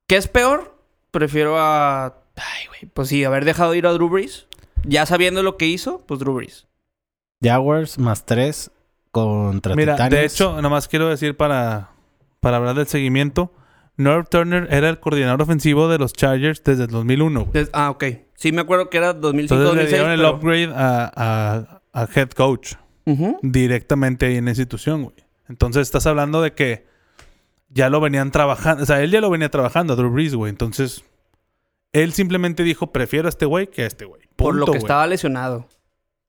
Speaker 2: ¿Qué es peor? Prefiero a... Ay, güey. Pues sí, haber dejado ir a Drew Brees. Ya sabiendo lo que hizo, pues Drew Brees.
Speaker 3: Jaguars más tres contra
Speaker 1: Mira,
Speaker 3: Titanes.
Speaker 1: de hecho, nomás quiero decir para, para hablar del seguimiento, North Turner era el coordinador ofensivo de los Chargers desde el 2001. güey.
Speaker 2: Des- ah, ok. Sí, me acuerdo que era 2005-2006.
Speaker 1: Entonces le dieron el
Speaker 2: pero-
Speaker 1: upgrade a, a- a head coach
Speaker 2: Ujú.
Speaker 1: directamente ahí en la institución, güey. Entonces estás hablando de que ya lo venían trabajando, o sea, él ya lo venía trabajando a Drew Brees, güey. Entonces, él simplemente dijo, prefiero a este güey que a este güey.
Speaker 2: por lo
Speaker 1: Punto,
Speaker 2: que
Speaker 1: güey.
Speaker 2: estaba lesionado.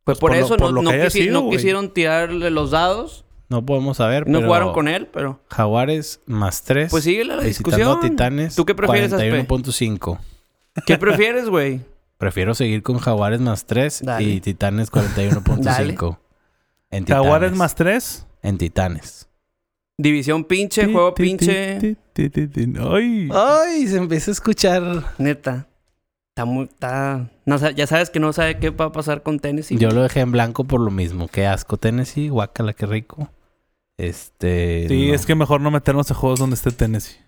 Speaker 2: Pues
Speaker 1: Pues
Speaker 2: por,
Speaker 1: por lo-
Speaker 2: eso
Speaker 1: por
Speaker 2: no,
Speaker 1: lo
Speaker 2: no
Speaker 1: que haya
Speaker 2: quisi-
Speaker 1: sido,
Speaker 2: no
Speaker 1: güey.
Speaker 2: quisieron tirarle los dados.
Speaker 3: no podemos saber.
Speaker 2: No
Speaker 3: pero
Speaker 2: jugaron con él, pero...
Speaker 3: Jaguares más tres.
Speaker 2: Pues sigue la
Speaker 3: visitando
Speaker 2: discusión.
Speaker 3: a Titanes.
Speaker 2: ¿Tú qué prefieres, Aspe?
Speaker 3: 41.5.
Speaker 2: ¿Qué prefieres, güey?
Speaker 3: Prefiero seguir con Jaguares más 3
Speaker 2: Dale.
Speaker 3: y Titanes 41.5. en
Speaker 1: Jaguares
Speaker 3: Titanes.
Speaker 1: más tres.
Speaker 3: En Titanes.
Speaker 2: División pinche, juego
Speaker 1: Ti, ti,
Speaker 2: pinche.
Speaker 1: ti, ti, ti, ti, ti. Ay.
Speaker 3: Ah, Ay, se empieza a escuchar.
Speaker 2: Neta. Está muy. Está... No, sa- ya sabes que no sabe qué va a pasar con Tennessee.
Speaker 3: Yo lo dejé en blanco por lo mismo. Qué asco, Tennessee. Guácala, qué rico. Este.
Speaker 1: Sí,
Speaker 3: no.
Speaker 1: es que mejor no meternos a juegos donde esté Tennessee.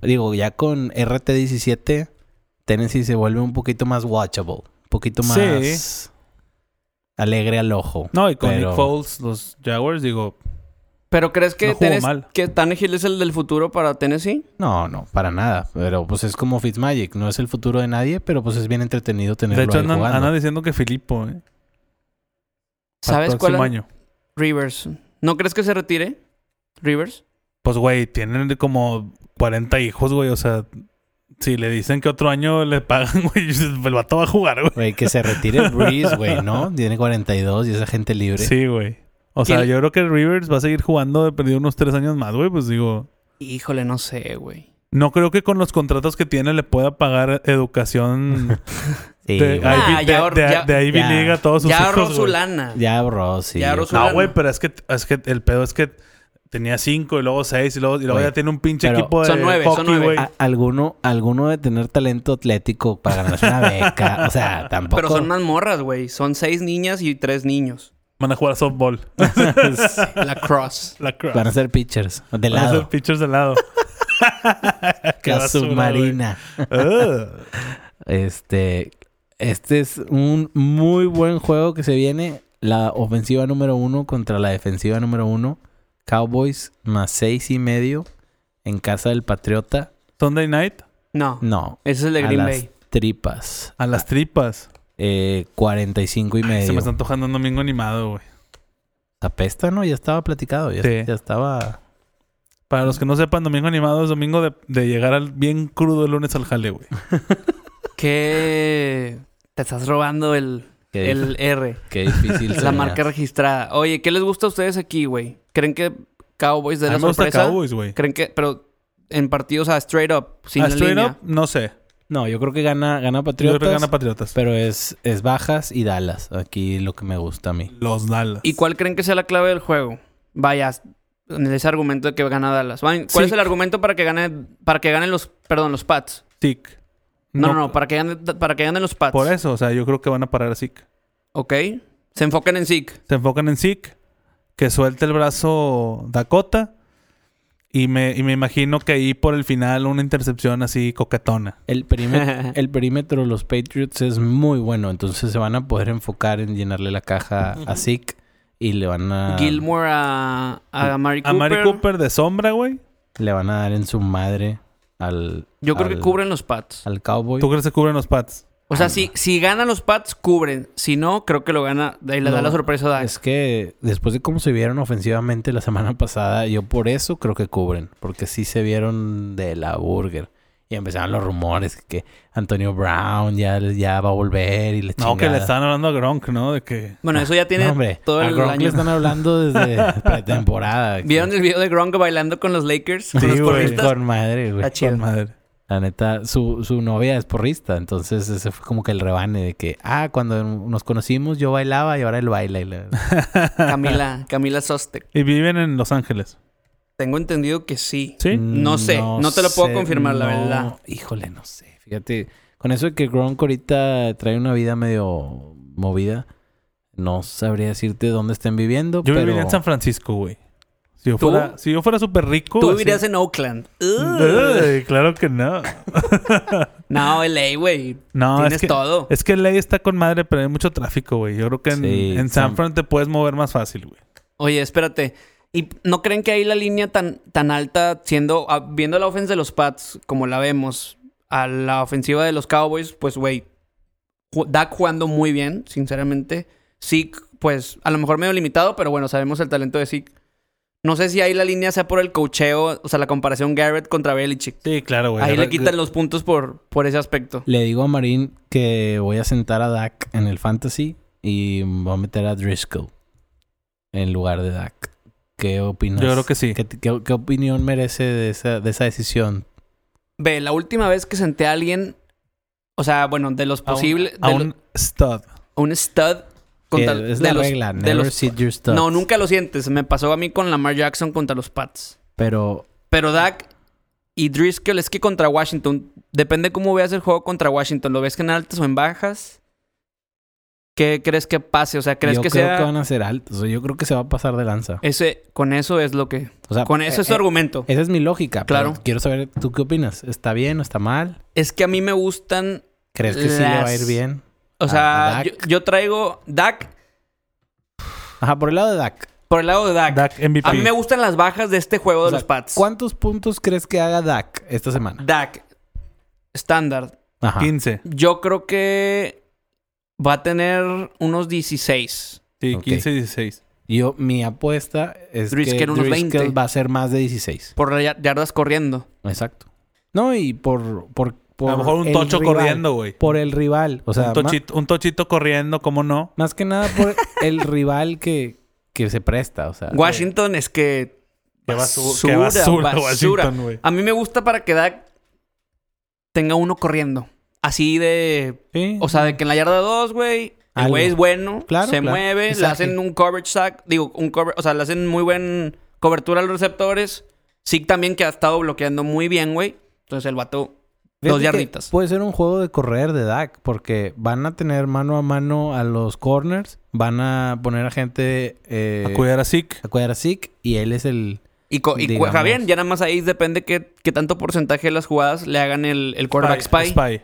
Speaker 3: Digo, ya con RT17, Tennessee se vuelve un poquito más watchable. Un poquito más.
Speaker 1: Sí.
Speaker 3: Alegre al ojo.
Speaker 1: No, y con
Speaker 3: Pero-
Speaker 1: Nick Foles, los Jaguars, digo,
Speaker 2: Pero crees que,
Speaker 1: No jugó
Speaker 2: Tennes-
Speaker 1: mal.
Speaker 2: que Tannehill es el del futuro para Tennessee?
Speaker 3: No, no, para nada. Pero pues es como Fitzmagic. No es el futuro de nadie, pero pues es bien entretenido tenerlo
Speaker 1: de hecho
Speaker 3: ahí
Speaker 1: andan,
Speaker 3: jugando.
Speaker 1: andan diciendo que Filipo, ¿eh? para
Speaker 2: ¿Sabes
Speaker 1: el
Speaker 2: cuál?
Speaker 1: próximo
Speaker 2: es?
Speaker 1: año.
Speaker 2: Rivers. ¿No crees que se retire? Rivers.
Speaker 1: Pues, güey, tienen como 40 hijos, güey. O sea, si le dicen que otro año le pagan, güey, el vato va a jugar, güey.
Speaker 3: Güey, que se retire Breeze, güey, ¿no? Tiene 42 y es agente libre.
Speaker 1: Sí, güey. O sea,
Speaker 2: Y-
Speaker 1: yo creo que Rivers va a seguir jugando de perdido unos tres años más, güey. Pues digo,
Speaker 2: Híjole, no sé, güey.
Speaker 1: no creo que con los contratos que tiene le pueda pagar educación
Speaker 3: Sí,
Speaker 1: de,
Speaker 3: güey.
Speaker 2: Ah,
Speaker 1: Ivy,
Speaker 2: ya
Speaker 1: de-
Speaker 2: ahor-
Speaker 1: de-
Speaker 2: ya-
Speaker 1: de Ivy
Speaker 3: ya.
Speaker 1: League a todos sus
Speaker 2: Ya ahorró
Speaker 1: hijos,
Speaker 2: su
Speaker 1: güey.
Speaker 2: lana.
Speaker 3: Ya ahorró, sí.
Speaker 2: Ya ahorró su
Speaker 1: No,
Speaker 2: lana.
Speaker 1: güey, pero es que, es que el pedo es que tenía cinco y luego seis y luego, y luego
Speaker 3: Güey,
Speaker 1: ya tiene un pinche
Speaker 3: pero-
Speaker 1: equipo de
Speaker 2: Son nueve, son
Speaker 1: hockey,
Speaker 2: nueve.
Speaker 1: güey.
Speaker 3: A- alguno, alguno de tener talento atlético para ganarse una beca. O sea, tampoco.
Speaker 2: Pero son más morras, güey. Son seis niñas y tres niños.
Speaker 1: Van a jugar softball.
Speaker 2: La cross.
Speaker 1: La crap.
Speaker 3: Van a ser pitchers. De
Speaker 1: Van a hacer
Speaker 3: lado.
Speaker 1: pitchers de lado. Qué
Speaker 3: La
Speaker 1: basura,
Speaker 3: submarina.
Speaker 1: güey. Ugh.
Speaker 3: Este. Este es un muy buen juego que se viene. La ofensiva número uno contra la defensiva número uno. Cowboys más seis y medio en casa del Patriota.
Speaker 1: Sunday night
Speaker 2: No,
Speaker 1: Mm.
Speaker 3: No,
Speaker 2: ese es el de
Speaker 3: a
Speaker 2: Green
Speaker 3: las
Speaker 2: Bay.
Speaker 3: tripas.
Speaker 1: a las tripas.
Speaker 3: Eh, 45 y medio.
Speaker 1: Se me está antojando un domingo animado, güey.
Speaker 3: Apesta, ¿no? Ya estaba platicado. Ya,
Speaker 1: Sí.
Speaker 3: ya estaba...
Speaker 1: Para los que no sepan, domingo animado es domingo de, de llegar al bien crudo el lunes al jale, güey.
Speaker 2: ¿Qué? Te estás robando el,
Speaker 3: Qué,
Speaker 2: el R.
Speaker 3: dif- qué difícil.
Speaker 2: La
Speaker 3: soñar.
Speaker 2: marca registrada. Oye, ¿qué les gusta a ustedes aquí, güey? ¿Creen que Cowboys de
Speaker 1: A
Speaker 2: la
Speaker 1: mí me gusta
Speaker 2: sorpresa?
Speaker 1: Cowboys, güey.
Speaker 2: ¿Creen que, pero en partidos a straight up, sin
Speaker 1: A
Speaker 2: la
Speaker 1: Ah, straight
Speaker 2: línea?
Speaker 1: up, no sé.
Speaker 3: No, yo creo que gana, gana
Speaker 1: Yo creo
Speaker 3: Patriotas.
Speaker 1: que gana Patriotas.
Speaker 3: Pero es, es bajas y Dallas. Aquí lo que me gusta a mí.
Speaker 1: Los Dallas.
Speaker 2: ¿Y cuál creen que sea la clave del juego? Vaya, en ese argumento de que gana Dallas. Vayan, ¿Cuál
Speaker 1: Sí.
Speaker 2: es el argumento para que gane, para que ganen los, perdón, los Pats?
Speaker 1: Tic.
Speaker 2: No, no, no, para que ganen, para que ganen los Pats.
Speaker 1: Por eso, o sea, yo creo que van a parar a Zeke.
Speaker 2: Ok. Se enfocan en Zeke.
Speaker 1: Se enfocan en Zeke, que suelte el brazo Dakota. Y me, y me imagino que ahí por el final una intercepción así coquetona.
Speaker 3: El perímetro, el perímetro de los Patriots es muy bueno. Entonces se van a poder enfocar en llenarle la caja a Zeke. Y le van a...
Speaker 2: Gilmore a, a Mari
Speaker 1: A
Speaker 2: Cooper.
Speaker 1: Mari Cooper de sombra, güey.
Speaker 3: Le van a dar en su madre al...
Speaker 2: Yo creo
Speaker 3: al-
Speaker 2: que cubren los Pats.
Speaker 3: Al Cowboy.
Speaker 1: ¿Tú crees que cubren los pads?
Speaker 2: O sea, si, si ganan los Pats, cubren. Si no, creo que lo gana. De ahí le da
Speaker 3: No,
Speaker 2: la sorpresa a Dak.
Speaker 3: Es que después de cómo se vieron ofensivamente la semana pasada, yo por eso creo que cubren, porque sí se vieron de la burger. Y empezaron los rumores que Antonio Brown ya, ya va a volver y le
Speaker 1: No, que le estaban hablando a Gronk, ¿no? De que.
Speaker 2: Bueno, eso ya tiene
Speaker 3: hombre,
Speaker 2: todo
Speaker 3: a
Speaker 2: el
Speaker 3: Gronk le
Speaker 2: año.
Speaker 3: están hablando desde pretemporada.
Speaker 2: ¿Vieron
Speaker 3: Que-
Speaker 2: el video de Gronk bailando con los Lakers?
Speaker 1: Sí,
Speaker 2: con los
Speaker 1: güey.
Speaker 2: porristas?
Speaker 3: Con madre, güey.
Speaker 2: Está chido.
Speaker 1: Con madre.
Speaker 3: La neta, su, su novia es porrista, entonces ese fue como que el rebane de que, ah, cuando nos conocimos yo bailaba y ahora él baila. Y la-
Speaker 2: Camila, Camila Sostek.
Speaker 1: Y viven en Los Ángeles.
Speaker 2: Tengo entendido que sí.
Speaker 1: ¿Sí?
Speaker 3: Mm,
Speaker 2: No sé, no te lo puedo confirmar, la verdad.
Speaker 3: Híjole, no sé. Fíjate, con eso de que Gronk ahorita trae una vida medio movida, no sabría decirte dónde estén viviendo.
Speaker 1: Yo
Speaker 3: pero...
Speaker 1: viviría en San Francisco, güey. Si yo
Speaker 2: ¿Tú?
Speaker 1: fuera, si yo fuera súper rico.
Speaker 2: Tú
Speaker 1: así-
Speaker 2: vivirías en Oakland. Ugh.
Speaker 1: Ay, claro que no.
Speaker 2: No, LA, güey.
Speaker 1: No,
Speaker 2: Tienes
Speaker 1: es que,
Speaker 2: todo.
Speaker 1: es que ley está con madre, pero hay mucho tráfico, güey. Yo creo que en,
Speaker 3: Sí,
Speaker 1: en San
Speaker 3: San-
Speaker 1: Fran te puedes mover más fácil, güey.
Speaker 2: Oye, espérate. ¿Y no creen que ahí la línea tan, tan alta, siendo, a- viendo la ofensa de los Pats, como la vemos, a la ofensiva de los Cowboys, pues, güey, ju- Dak jugando muy bien, sinceramente. Zeke, pues, a lo mejor medio limitado, pero bueno, sabemos el talento de Zeke. No sé si ahí la línea sea por el cocheo, o sea, la comparación Garrett contra Belichick.
Speaker 1: Sí, claro, güey.
Speaker 2: Ahí
Speaker 1: Ahora-
Speaker 2: le quitan los puntos por, por ese aspecto.
Speaker 3: Le digo a Marín que voy a sentar a Dak en el fantasy y voy a meter a Driscoll en lugar de Dak. ¿Qué opinas?
Speaker 1: Yo creo que sí.
Speaker 3: ¿Qué, qué- qué opinión merece de esa, de esa decisión?
Speaker 2: Ve, la última vez que senté a alguien, o sea, bueno, de los
Speaker 1: a un-
Speaker 2: posibles,
Speaker 1: A un stud.
Speaker 2: un stud contra
Speaker 3: Que es
Speaker 2: de
Speaker 3: la
Speaker 2: los-
Speaker 3: regla,
Speaker 2: de
Speaker 3: never
Speaker 2: los-
Speaker 3: sit your studs.
Speaker 2: No, nunca lo sientes. Me pasó a mí con Lamar Jackson contra los Pats.
Speaker 3: Pero
Speaker 2: Pero Dak y Driscoll es que contra Washington, depende cómo veas el juego contra Washington, ¿lo ves que en altas o en bajas? ¿Qué crees que pase? O sea, ¿crees
Speaker 3: yo
Speaker 2: que
Speaker 3: creo
Speaker 2: sea
Speaker 3: que van a ser altos. O sea, yo creo que se va a pasar de lanza.
Speaker 2: ese con eso es lo que
Speaker 3: O sea,
Speaker 2: con eso
Speaker 3: eh,
Speaker 2: es su
Speaker 3: eh,
Speaker 2: argumento?
Speaker 3: Esa es mi lógica. pero
Speaker 2: Claro.
Speaker 3: quiero saber, ¿tú qué opinas? ¿Está bien o está mal?
Speaker 2: Es que a mí me gustan
Speaker 3: ¿Crees que sí le va a ir
Speaker 2: Las-
Speaker 3: bien?
Speaker 2: O
Speaker 3: A-
Speaker 2: sea,
Speaker 3: a
Speaker 2: yo,
Speaker 3: Dak.
Speaker 2: yo traigo Dak
Speaker 3: Ajá, por el lado de Dak.
Speaker 2: por el lado de Dak.
Speaker 1: Dak MVP.
Speaker 2: A mí me gustan las bajas de este juego de
Speaker 3: O sea,
Speaker 2: los Pats.
Speaker 3: ¿Cuántos puntos crees que haga Dak esta semana?
Speaker 2: Dak, estándar.
Speaker 3: Ajá.
Speaker 1: 15.
Speaker 2: Yo creo que va a tener unos 16.
Speaker 1: Sí,
Speaker 3: Ok.
Speaker 1: 15 y 16.
Speaker 3: Yo, mi apuesta es
Speaker 2: Driscoll
Speaker 3: que
Speaker 2: unos
Speaker 3: Driscoll
Speaker 2: 20.
Speaker 3: va a ser más de 16.
Speaker 2: Por la- yardas corriendo.
Speaker 3: Exacto. No, y por... por, por
Speaker 1: a lo mejor un
Speaker 3: el
Speaker 1: tocho
Speaker 3: rival.
Speaker 1: corriendo, güey.
Speaker 3: Por el rival. O sea,
Speaker 1: un,
Speaker 3: ma-
Speaker 1: tochito, un tochito corriendo, ¿cómo no?
Speaker 3: más que nada por el rival que, que se presta. O sea,
Speaker 2: Washington es que.
Speaker 1: Qué basu- qué basura, Washington, güey.
Speaker 2: A mí me gusta para que Dak tenga uno corriendo. Así de.
Speaker 3: sí.
Speaker 2: O sea, de que en la yarda 2, güey. El
Speaker 3: Algo.
Speaker 2: güey es bueno.
Speaker 3: Claro,
Speaker 2: se
Speaker 3: claro.
Speaker 2: mueve. Le
Speaker 3: Exacto.
Speaker 2: hacen un coverage sack. Digo, un cover. O sea, le hacen muy buen cobertura a los receptores. Zeke también que ha estado bloqueando muy bien, güey. Entonces el vato.
Speaker 3: Fíjate
Speaker 2: Dos
Speaker 3: que
Speaker 2: yarditas.
Speaker 3: Puede ser un juego de correr de Dak, porque van a tener mano a mano a los corners, van a poner a gente eh,
Speaker 1: A cuidar a Zeke.
Speaker 3: a cuidar a Zeke y él es el.
Speaker 2: Y, co- y
Speaker 3: Digamos.
Speaker 2: juega bien. Ya nada más ahí depende qué, qué tanto porcentaje de las jugadas le hagan el, el quarterback spy.
Speaker 1: Spy.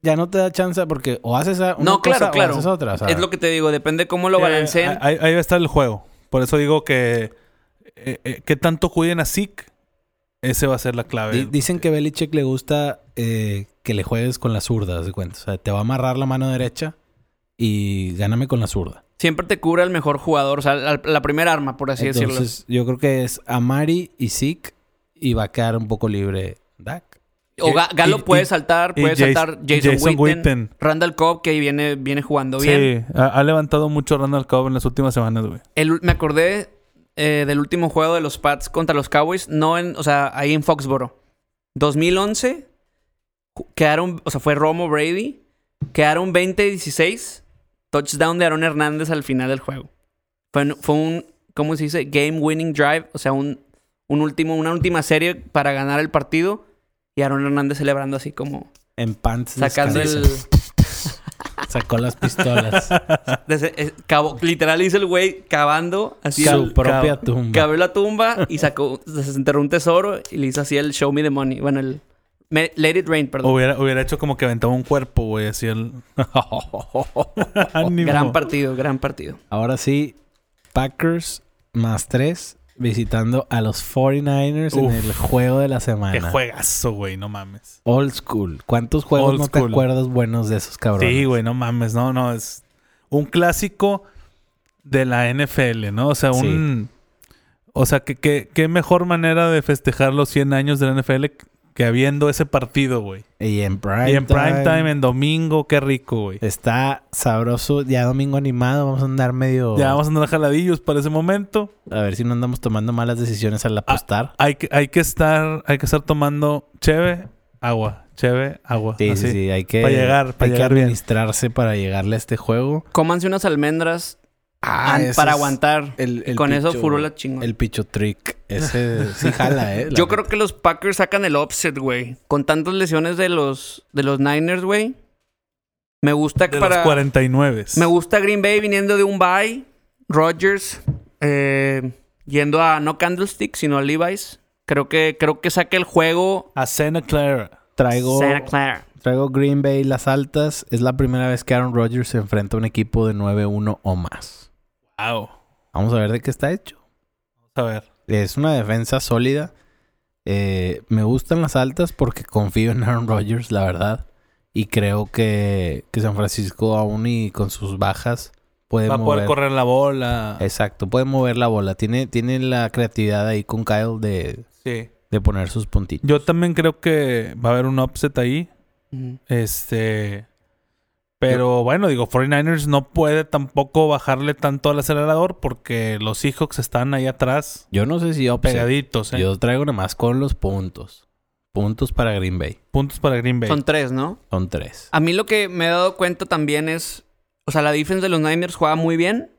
Speaker 3: ya no te da chance porque o haces a- una
Speaker 2: No, claro,
Speaker 3: cosa
Speaker 2: claro.
Speaker 3: o haces otra. o sea,
Speaker 2: Es lo que te digo, depende cómo lo
Speaker 1: Eh,
Speaker 2: balanceen.
Speaker 1: ahí, ahí va a estar el juego. Por eso digo que. eh, eh, ¿Qué tanto cuiden a Zeke? Ese va a ser la clave.
Speaker 3: di- dicen que Belichick le gusta eh, que le juegues con la zurda, haz de cuenta. O sea, te va a amarrar la mano derecha y gáname con la zurda.
Speaker 2: Siempre te cura el mejor jugador, o sea, la, la primera arma, por así decirlo.
Speaker 3: Entonces, yo creo que es Amari y Zeke y va a quedar un poco libre Dak.
Speaker 2: O Ga- Galo
Speaker 1: y-
Speaker 2: puede
Speaker 1: y-
Speaker 2: saltar,
Speaker 1: y
Speaker 2: puede
Speaker 1: Jason-
Speaker 2: saltar Jason,
Speaker 1: Jason
Speaker 2: Witten,
Speaker 1: Witten.
Speaker 2: Randall Cobb, que viene, viene jugando bien.
Speaker 1: Sí, ha, ha levantado mucho Randall Cobb en las últimas semanas, güey.
Speaker 2: El- me acordé eh, del último juego de los Pats contra los Cowboys, no en, o sea, ahí en Foxboro. 2011 ju- quedaron, o sea, fue Romo Brady, quedaron 20-16, touchdown de Aaron Hernández al final del juego. Fue, un- fue un, ¿cómo se dice? Game winning drive, o sea, un, un último, una última serie para ganar el partido y Aaron Hernández celebrando así como
Speaker 3: En pants
Speaker 2: sacando el
Speaker 3: descalzos. Sacó las pistolas.
Speaker 2: desde- eh, cavo- literal hizo el güey cavando así el-
Speaker 3: su propia
Speaker 1: cab-
Speaker 3: tumba.
Speaker 2: Cabió la tumba y sacó, se enterró un tesoro y le hizo así el Show Me the Money. Bueno, el me- Let It Rain,
Speaker 3: Oh,
Speaker 2: perdón.
Speaker 1: Hubiera, hubiera hecho como que aventaba un cuerpo, güey, así el. Ánimo.
Speaker 2: gran partido, gran partido.
Speaker 3: Ahora sí, Packers más tres visitando a los 49ers en
Speaker 1: Uf.
Speaker 3: el juego de la
Speaker 1: Qué
Speaker 3: semana.
Speaker 1: juegazo, güey, no mames.
Speaker 3: Old school. ¿Cuántos juegos
Speaker 1: Old
Speaker 3: no te
Speaker 1: school.
Speaker 3: acuerdas buenos de esos cabrones?
Speaker 1: Sí, güey, no mames, no, no, es un clásico de la NFL, ¿no? O sea, un. O sea, que, que- qué mejor manera de festejar los 100 años de la NFL que habiendo ese partido, güey.
Speaker 3: Y en prime,
Speaker 1: Y en prime time, en domingo, qué rico, güey.
Speaker 3: Está sabroso. Ya domingo animado. Vamos a andar medio.
Speaker 1: Ya vamos a andar jaladillos para ese momento.
Speaker 3: A ver si no andamos tomando malas decisiones al apostar.
Speaker 1: Hay que, hay que estar, hay que estar tomando cheve, agua, cheve, agua.
Speaker 3: sí,
Speaker 1: así.
Speaker 3: sí, sí. Hay que,
Speaker 1: Pa' ah, llegar, pa'
Speaker 3: hay
Speaker 1: llegar
Speaker 3: que
Speaker 1: bien.
Speaker 3: administrarse para llegarle a este juego. Ah,
Speaker 2: Cómanse unas almendras an-
Speaker 3: ese
Speaker 2: Ah, para
Speaker 3: es
Speaker 2: aguantar.
Speaker 3: el- el
Speaker 2: Con eso
Speaker 3: picho,
Speaker 2: furó
Speaker 3: güey.
Speaker 2: la chingón.
Speaker 3: El picho trick. Ese sí jala, ¿eh? La
Speaker 2: Yo creo que los Packers sacan el offset, güey. Con tantas lesiones de los, de los Niners, güey. Me gusta
Speaker 1: De
Speaker 2: para.
Speaker 1: los 49.
Speaker 2: Me gusta Green Bay viniendo de un bye. Rodgers eh, yendo a no Candlestick, sino a Levi's. Creo que, creo que saca el juego
Speaker 1: A Santa Clara.
Speaker 3: traigo,
Speaker 2: Santa Clara.
Speaker 3: traigo Green Bay las altas. Es la primera vez que Aaron Rodgers se enfrenta a un equipo de 9-1 o más.
Speaker 1: Wow.
Speaker 3: Vamos a ver de qué está hecho.
Speaker 1: A ver.
Speaker 3: Es una defensa sólida. Eh, me gustan las altas porque confío en Aaron Rodgers, la verdad. Y creo que, que San Francisco aún y con sus bajas puede
Speaker 1: Va a poder
Speaker 3: mover.
Speaker 1: correr la bola.
Speaker 3: Exacto, puede mover la bola. Tiene, tiene la creatividad ahí con Kyle de,
Speaker 1: Sí.
Speaker 3: de poner sus puntitos.
Speaker 1: Yo también creo que va a haber un upset ahí.
Speaker 2: Ujú.
Speaker 1: Este. Pero bueno, digo, 49ers no puede tampoco bajarle tanto al acelerador porque los Seahawks están ahí atrás
Speaker 3: Yo no sé si upset.
Speaker 1: pegaditos. ¿eh?
Speaker 3: Yo traigo nomás con los puntos. Puntos para Green Bay.
Speaker 1: Puntos para Green Bay.
Speaker 2: Son tres, ¿no?
Speaker 3: Son tres.
Speaker 2: A mí lo que me he dado cuenta también es, o sea, la defense de los Niners juega muy bien,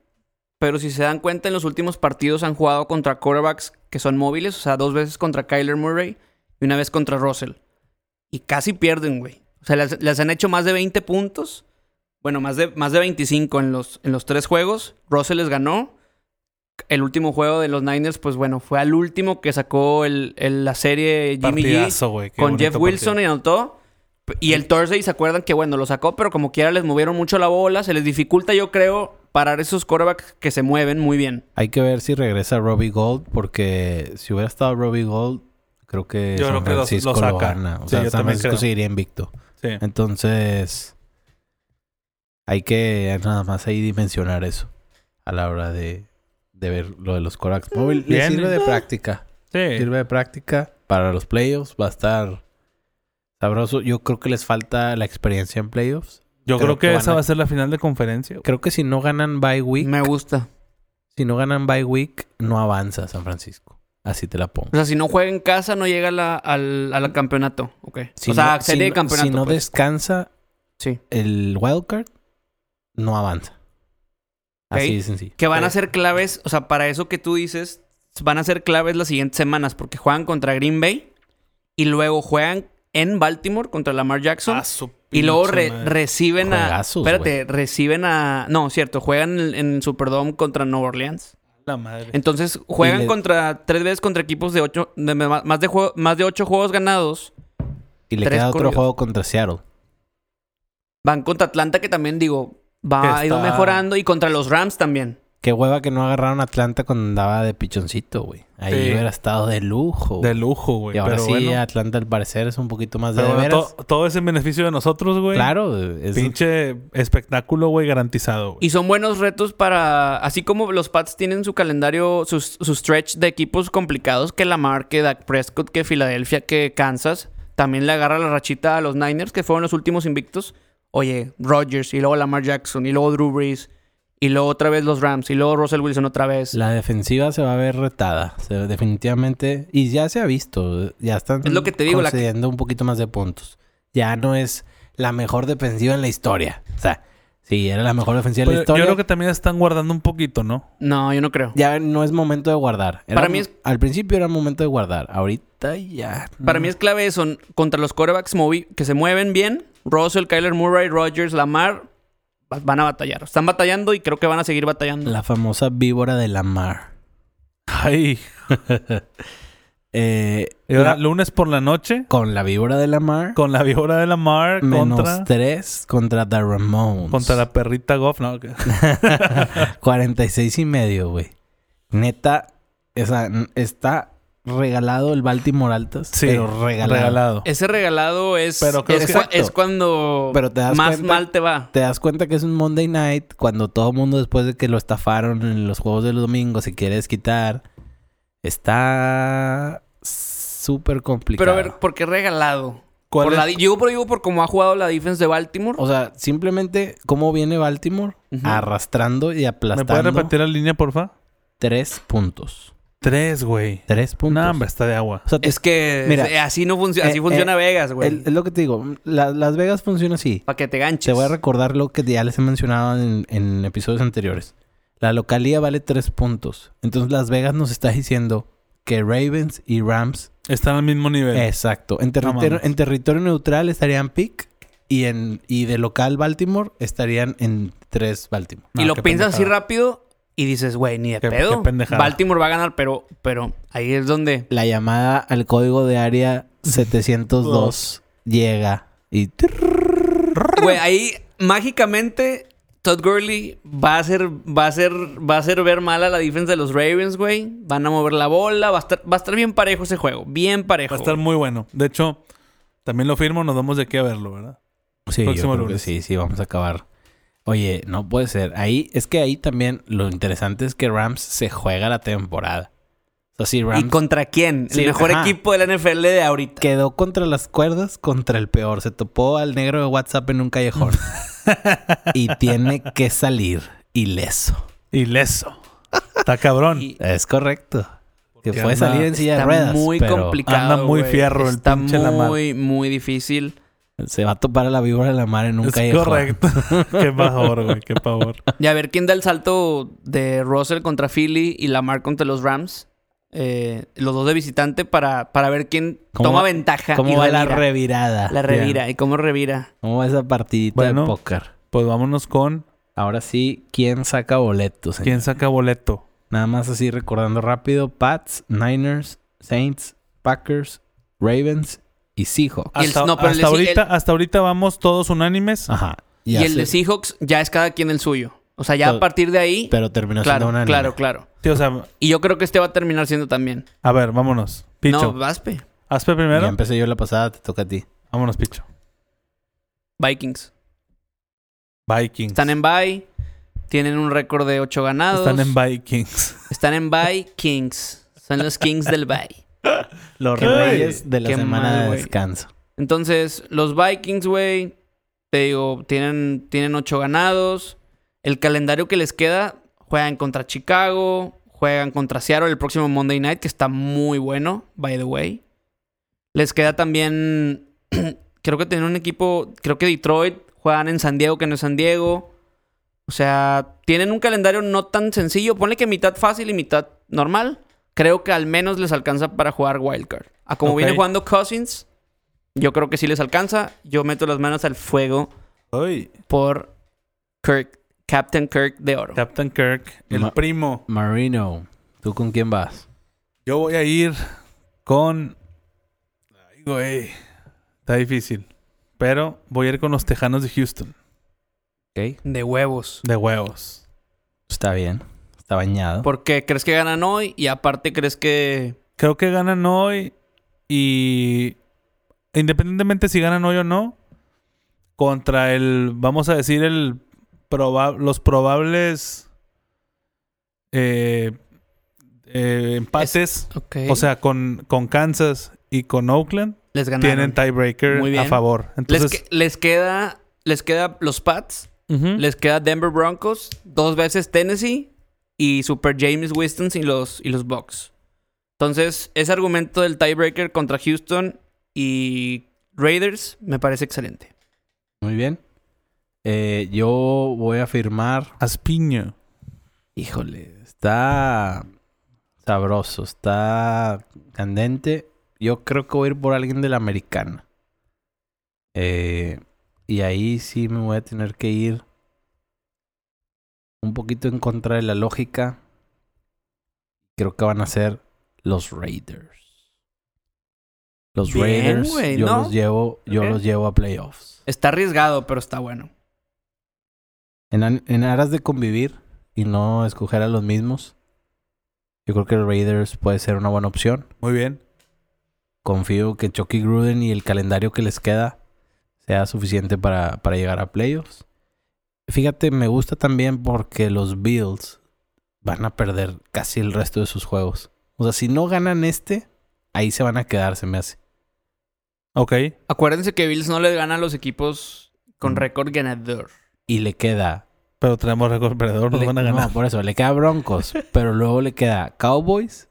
Speaker 2: pero si se dan cuenta en los últimos partidos han jugado contra quarterbacks que son móviles, o sea, dos veces contra Kyler Murray y una vez contra Russell. Y casi pierden, güey. O sea, les, les han hecho más de 20 puntos, bueno, más de, más de 25 en los, en los tres juegos. Russell les ganó. El último juego de los Niners, pues bueno, fue al último que sacó el, el- la serie Jimmy G
Speaker 1: Partidazo, güey. Qué
Speaker 2: con
Speaker 1: bonito
Speaker 2: Jeff Wilson
Speaker 1: partido.
Speaker 2: y anotó. P- Y el Thursday, ¿se acuerdan que, bueno, lo sacó, pero como quiera les movieron mucho la bola? Se les dificulta, yo creo, parar esos quarterbacks que se mueven muy bien.
Speaker 3: Hay que ver si regresa Robbie Gold, porque si hubiera estado Robbie Gold, creo que
Speaker 1: Yo
Speaker 3: San
Speaker 1: creo que lo- lo
Speaker 3: Francisco lo,
Speaker 1: saca.
Speaker 3: gana. O
Speaker 1: Sí,
Speaker 3: sea,
Speaker 1: yo
Speaker 3: San
Speaker 1: también
Speaker 3: Francisco
Speaker 1: creo.
Speaker 3: seguiría invicto.
Speaker 1: Sí.
Speaker 3: Entonces, hay que nada más ahí dimensionar eso a la hora de, de ver lo de los Corax Móvil. Le
Speaker 1: Bien. Eh.
Speaker 3: sirve de práctica.
Speaker 1: Sí.
Speaker 3: Sirve de práctica para los playoffs. Va a estar sabroso. Yo creo que les falta la experiencia en playoffs.
Speaker 1: Yo
Speaker 3: Creo
Speaker 1: creo,
Speaker 3: que
Speaker 1: que,
Speaker 3: van
Speaker 1: esa
Speaker 3: a-
Speaker 1: va a ser la final de conferencia. güey.
Speaker 3: Creo que si no ganan by week,
Speaker 2: Me gusta.
Speaker 3: si no ganan by week, no avanza San Francisco. Así te la pongo.
Speaker 2: O sea, si no juega en casa, no llega a la- al, al campeonato. Ok.
Speaker 3: Si
Speaker 2: o sea,
Speaker 3: no-
Speaker 2: serie
Speaker 3: si
Speaker 2: de
Speaker 3: no-
Speaker 2: campeonato.
Speaker 3: Si no
Speaker 2: pues.
Speaker 3: descansa
Speaker 2: Sí.
Speaker 3: el wildcard, no avanza. Así
Speaker 2: Ok.
Speaker 3: de sencillo.
Speaker 2: Que van a
Speaker 1: Sí.
Speaker 2: ser claves, o sea, para eso que tú dices, van a ser claves las siguientes semanas, porque juegan contra Green Bay y luego juegan en Baltimore contra Lamar Jackson.
Speaker 1: Ah, su
Speaker 2: Y luego
Speaker 1: pinche
Speaker 2: re-
Speaker 1: madre.
Speaker 2: reciben
Speaker 3: Juegazos,
Speaker 2: a. Espérate, reciben a. No, cierto, juegan en, en Superdome contra Nueva Orleans.
Speaker 1: La madre.
Speaker 2: Entonces, juegan
Speaker 3: Y le-
Speaker 2: contra. Tres veces contra equipos de ocho. de- de- más, de juego- más de ocho juegos ganados.
Speaker 3: Y le
Speaker 2: Tres
Speaker 3: queda otro
Speaker 2: corridos.
Speaker 3: juego contra Seattle.
Speaker 2: Van contra Atlanta, que también digo, va ha
Speaker 1: Que
Speaker 2: ido
Speaker 1: está-
Speaker 2: mejorando, y contra los Rams también.
Speaker 3: Qué hueva que no agarraron a Atlanta cuando andaba de pichoncito, güey. Ahí
Speaker 1: Sí.
Speaker 3: hubiera estado de lujo. güey.
Speaker 1: De lujo, güey.
Speaker 3: y ahora
Speaker 1: Pero
Speaker 3: sí,
Speaker 1: bueno,
Speaker 3: Atlanta al parecer es un poquito más de,
Speaker 1: pero
Speaker 3: de
Speaker 1: bueno,
Speaker 3: veras.
Speaker 1: to- todo es en beneficio de nosotros, güey.
Speaker 3: Claro, es
Speaker 1: Pinche espectáculo, güey, garantizado, güey.
Speaker 2: Y son buenos retos para. Así como los Pats tienen su calendario, su, su stretch de equipos complicados, que Lamar, que Dak Prescott, que Filadelfia, que Kansas. También le agarra la rachita a los Niners, que fueron los últimos invictos. Oye, Rodgers, y luego Lamar Jackson, y luego Drew Brees, y luego otra vez los Rams, y luego Russell Wilson otra vez.
Speaker 3: la defensiva se va a ver retada. Se- definitivamente. Y ya se ha visto. Ya están
Speaker 2: Es lo que te digo, la-
Speaker 3: concediendo un poquito más de puntos. Ya no es la mejor defensiva en la historia. O sea, sí, era la mejor defensiva en
Speaker 1: Pero
Speaker 3: la
Speaker 1: yo
Speaker 3: historia.
Speaker 1: creo que también están guardando un poquito, ¿no?
Speaker 2: No, yo no creo.
Speaker 3: Ya no es momento de guardar. Era
Speaker 2: Para mí es-
Speaker 3: Al principio era momento de guardar. Ahorita ya.
Speaker 2: Para mí es clave eso, contra los corebacks movi- que se mueven bien. Russell, Kyler Murray, Rodgers, Lamar va- van a batallar. Están batallando y creo que van a seguir batallando.
Speaker 3: La famosa víbora de la mar.
Speaker 1: Ay,
Speaker 3: Eh,
Speaker 1: y ahora,
Speaker 3: la-
Speaker 1: lunes por la noche,
Speaker 3: con la víbora de la mar.
Speaker 1: con la víbora de la mar
Speaker 3: menos
Speaker 1: contra,
Speaker 3: 3 contra The Ramones.
Speaker 1: contra la perrita Goff, ¿no? Que-
Speaker 3: 46 y medio, güey. Neta, esa, n- está regalado el Baltimore Altas.
Speaker 1: Sí,
Speaker 3: pero regalado.
Speaker 1: regalado.
Speaker 2: Ese regalado es,
Speaker 1: Pero creo
Speaker 2: es,
Speaker 1: que-
Speaker 2: cua- es cuando
Speaker 3: Pero te das
Speaker 2: más
Speaker 3: cuenta-
Speaker 2: mal te va.
Speaker 3: Te das cuenta que es un Monday night cuando todo el mundo, después de que lo estafaron en los juegos del domingo, se quiere desquitar. Está súper
Speaker 2: Pero
Speaker 3: complicado.
Speaker 2: a ver, ¿por qué regalado?
Speaker 1: ¿Cuál
Speaker 2: Por
Speaker 1: es-
Speaker 2: la di- digo, por, digo por cómo ha jugado la defense de Baltimore.
Speaker 3: o sea, simplemente, ¿cómo viene Baltimore?
Speaker 2: Ujú.
Speaker 3: Arrastrando y
Speaker 1: ¿Me puedes
Speaker 3: aplastando
Speaker 1: repetir la línea, porfa?
Speaker 3: tres puntos.
Speaker 1: Tres, güey.
Speaker 3: Tres puntos.
Speaker 1: No, hombre, está de agua.
Speaker 3: O sea, te-
Speaker 2: es que
Speaker 3: Mira,
Speaker 2: eh, así no funciona. Así
Speaker 3: eh,
Speaker 2: funciona
Speaker 3: eh,
Speaker 2: Vegas,
Speaker 3: el-
Speaker 2: güey.
Speaker 3: es lo que te digo. La- Las Vegas funciona así.
Speaker 2: Para que te ganches.
Speaker 3: Te voy a recordar lo que ya les he mencionado en, en episodios anteriores. La localía vale tres puntos. Entonces Las Vegas nos está diciendo que Ravens y Rams.
Speaker 1: Están al mismo
Speaker 3: Eh,
Speaker 1: nivel.
Speaker 3: Exacto. En, territorio-
Speaker 1: mames.
Speaker 3: en territorio neutral estarían pick y en y de local Baltimore estarían en tres Baltimore.
Speaker 2: y
Speaker 1: No,
Speaker 2: lo
Speaker 1: qué
Speaker 2: piensas así
Speaker 1: pendejada.
Speaker 2: rápido y dices, güey, ni de
Speaker 1: Qué-
Speaker 2: pedo.
Speaker 1: qué pendejada.
Speaker 2: Baltimore va a ganar, pero, pero ahí es donde
Speaker 3: La llamada al código de área 702 llega y
Speaker 2: Güey, ahí mágicamente Todd Gurley va a hacer, va a hacer, va a hacer ver mal a la defensa de los Ravens, güey. Van a mover la bola, va a estar, va a estar bien parejo ese juego, bien parejo.
Speaker 1: Va a estar muy bueno. De hecho, también lo firmo, nos vamos de aquí a verlo, ¿verdad?
Speaker 3: Sí, yo
Speaker 1: Próximo
Speaker 3: creo que
Speaker 1: lunes.
Speaker 3: sí, sí, vamos a acabar. Oye, no puede ser. Ahí, es que ahí también lo interesante es que Rams se juega la temporada. O sea, si Rams
Speaker 2: ¿Y contra quién?
Speaker 3: Sí,
Speaker 2: el mejor
Speaker 3: ajá.
Speaker 2: equipo de la NFL de ahorita.
Speaker 3: quedó contra las cuerdas, contra el peor. Se topó al negro de WhatsApp en un callejón. y tiene que salir ileso.
Speaker 1: Ileso. Está cabrón.
Speaker 2: Y
Speaker 3: Es correcto.
Speaker 1: Porque
Speaker 3: Que puede
Speaker 1: anda-
Speaker 3: salir en silla de
Speaker 2: está
Speaker 3: ruedas.
Speaker 2: muy
Speaker 3: pero
Speaker 2: complicado.
Speaker 1: anda muy
Speaker 2: güey.
Speaker 1: fierro el
Speaker 2: Está
Speaker 1: pinche Lamar.
Speaker 2: muy, muy difícil.
Speaker 3: Se va a topar a la víbora de la mar en un
Speaker 1: es
Speaker 3: callejón.
Speaker 1: correcto. qué pavor, güey. Qué pavor.
Speaker 2: Y a ver quién da el salto de Russell contra Philly y Lamar contra los Rams. Eh, los dos de visitante para, para ver quién
Speaker 3: ¿Cómo
Speaker 2: toma
Speaker 3: va-
Speaker 2: ventaja. y
Speaker 3: ¿Cómo va la
Speaker 2: revira.
Speaker 3: revirada?
Speaker 2: La revira. ¿Y cómo revira?
Speaker 3: ¿Cómo va esa partidita
Speaker 1: Bueno.
Speaker 3: de póker?
Speaker 1: Pues vámonos con
Speaker 3: Ahora sí, ¿quién saca boletos? señor?
Speaker 1: quién saca boleto.
Speaker 3: Nada más así recordando rápido: Pats, Niners, Saints, Packers, Ravens y Seahawks.
Speaker 2: Y el-
Speaker 1: Hasta,
Speaker 2: no, pero el
Speaker 1: hasta
Speaker 2: de-
Speaker 1: ahorita, hasta ahorita vamos todos unánimes.
Speaker 3: Ajá.
Speaker 2: Y,
Speaker 3: ya
Speaker 2: el
Speaker 3: sé,
Speaker 2: de Seahawks ya es cada quien el suyo. O sea, ya a
Speaker 3: Pero-
Speaker 2: partir de ahí.
Speaker 3: Pero terminó siendo
Speaker 2: claro,
Speaker 3: una
Speaker 2: claro, claro.
Speaker 1: Sí, o sea,
Speaker 2: Y yo creo que este va a terminar siendo también.
Speaker 1: a ver, vámonos.
Speaker 2: No,
Speaker 1: Picho.
Speaker 2: Vaspe.
Speaker 1: Aspe
Speaker 3: Ya
Speaker 1: primero.
Speaker 3: empecé yo la pasada, te toca a ti.
Speaker 1: Vámonos, Picho.
Speaker 2: Vikings.
Speaker 1: Vikings.
Speaker 2: Están en bye. Tienen un récord de 8 ganados.
Speaker 1: Están en Vikings.
Speaker 2: Están en bye Kings. Son los Kings del bye.
Speaker 3: Los
Speaker 1: Qué
Speaker 3: reyes
Speaker 1: mal.
Speaker 3: de la
Speaker 2: Qué
Speaker 3: semana
Speaker 2: mal,
Speaker 3: de
Speaker 2: güey.
Speaker 3: descanso.
Speaker 2: Entonces, los Vikings, güey. Te digo, tienen, tienen 8 ganados. El calendario que les queda, juegan contra Chicago, juegan contra Seattle el próximo Monday Night, que está muy bueno, by the way. Les queda también, creo que tienen un equipo, creo que Detroit, juegan en San Diego, que no es San Diego. O sea, tienen un calendario no tan sencillo. Ponle que mitad fácil y mitad normal. Creo que al menos les alcanza para jugar Wildcard. A como
Speaker 1: Ok.
Speaker 2: viene jugando Cousins, yo creo que sí les alcanza. Yo meto las manos al fuego
Speaker 1: Uy.
Speaker 2: por Kirk, Captain Kirk de Oro.
Speaker 1: Captain Kirk, el
Speaker 3: Ma-
Speaker 1: primo.
Speaker 3: Marino, ¿tú con quién vas?
Speaker 1: Yo voy a ir con. Ay, güey. Está difícil. Pero voy a ir con los Tejanos de Houston.
Speaker 3: Ok.
Speaker 2: De huevos.
Speaker 1: De huevos.
Speaker 3: Está bien. Está bañado.
Speaker 2: Porque crees que ganan hoy y aparte crees que.
Speaker 1: Creo que ganan hoy y independientemente si ganan hoy o no, contra el, vamos a decir, el proba- los probables eh, eh, empates,
Speaker 2: Ok.
Speaker 1: o sea, con, con Kansas y con Oakland,
Speaker 2: les
Speaker 1: tienen
Speaker 2: ganaron.
Speaker 1: tiebreaker
Speaker 2: Muy
Speaker 1: a
Speaker 2: bien.
Speaker 1: favor.
Speaker 2: Les,
Speaker 1: Entonces,
Speaker 2: que- les queda. Les queda los Pats.
Speaker 1: ujú.
Speaker 2: Les queda Denver Broncos. Dos veces Tennessee. Y Super James Winston y los, y los Bucks. Entonces, ese argumento del tiebreaker contra Houston y Raiders me parece excelente.
Speaker 3: Muy bien. Eh, yo voy a firmar.
Speaker 1: Aspiño.
Speaker 3: Híjole, está sabroso, está candente. Yo creo que voy a ir por alguien de la americana. Eh, y ahí sí me voy a tener que ir un poquito en contra de la lógica. Creo que van a ser los Raiders. Los
Speaker 2: Bien,
Speaker 3: Raiders,
Speaker 2: güey,
Speaker 3: yo
Speaker 2: ¿no?
Speaker 3: los llevo, yo
Speaker 2: Ok.
Speaker 3: los llevo a playoffs.
Speaker 2: Está arriesgado, pero está bueno.
Speaker 3: En, an- en aras de convivir y no escoger a los mismos, yo creo que Raiders puede ser una buena opción.
Speaker 1: Muy bien.
Speaker 3: Confío que Chucky Gruden y el calendario que les queda sea suficiente para, para llegar a playoffs. Fíjate, me gusta también porque los Bills van a perder casi el resto de sus juegos. O sea, si no ganan este, ahí se van a quedar, se me hace.
Speaker 1: Ok.
Speaker 2: Acuérdense que Bills no le gana a los equipos con
Speaker 3: Mm.
Speaker 2: récord ganador.
Speaker 3: Y le queda...
Speaker 1: Pero tenemos récord perdedor, nos
Speaker 3: le-
Speaker 1: van a ganar.
Speaker 3: No, por eso, le queda Broncos, pero luego le queda Cowboys,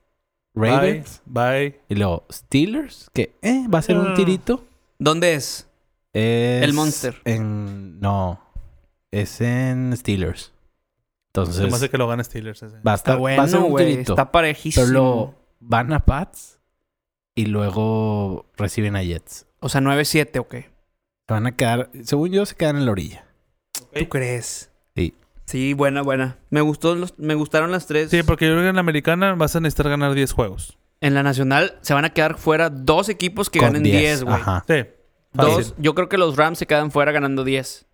Speaker 3: Ravens.
Speaker 1: Bye. Bye.
Speaker 3: Y luego Steelers, que eh, va a ser un
Speaker 1: Ah.
Speaker 3: tirito.
Speaker 2: ¿Dónde es?
Speaker 3: Es
Speaker 2: El Monster.
Speaker 3: En, no, es en Steelers.
Speaker 1: Se me
Speaker 3: Entonces,
Speaker 1: hace que lo gane Steelers. ese.
Speaker 3: va a, estar,
Speaker 2: Está
Speaker 3: va a
Speaker 2: bueno,
Speaker 3: ser Ah, un
Speaker 2: güey.
Speaker 3: tirito.
Speaker 2: Está parejísimo.
Speaker 3: Pero luego van a Pats y luego reciben a Jets.
Speaker 2: O sea, 9-7, ¿o qué?
Speaker 3: Se van a quedar, según yo, se quedan en la orilla.
Speaker 2: ¿Tú crees?
Speaker 3: Sí.
Speaker 2: Sí, buena, buena. Me gustó los- me gustaron las tres.
Speaker 1: Sí, porque yo creo que en la americana vas a necesitar ganar 10 juegos.
Speaker 2: En la nacional se van a quedar fuera dos equipos que
Speaker 3: Con
Speaker 2: ganen 10, güey.
Speaker 3: Ajá.
Speaker 1: Sí. Fácil.
Speaker 2: Dos, yo creo que los Rams se quedan fuera ganando 10.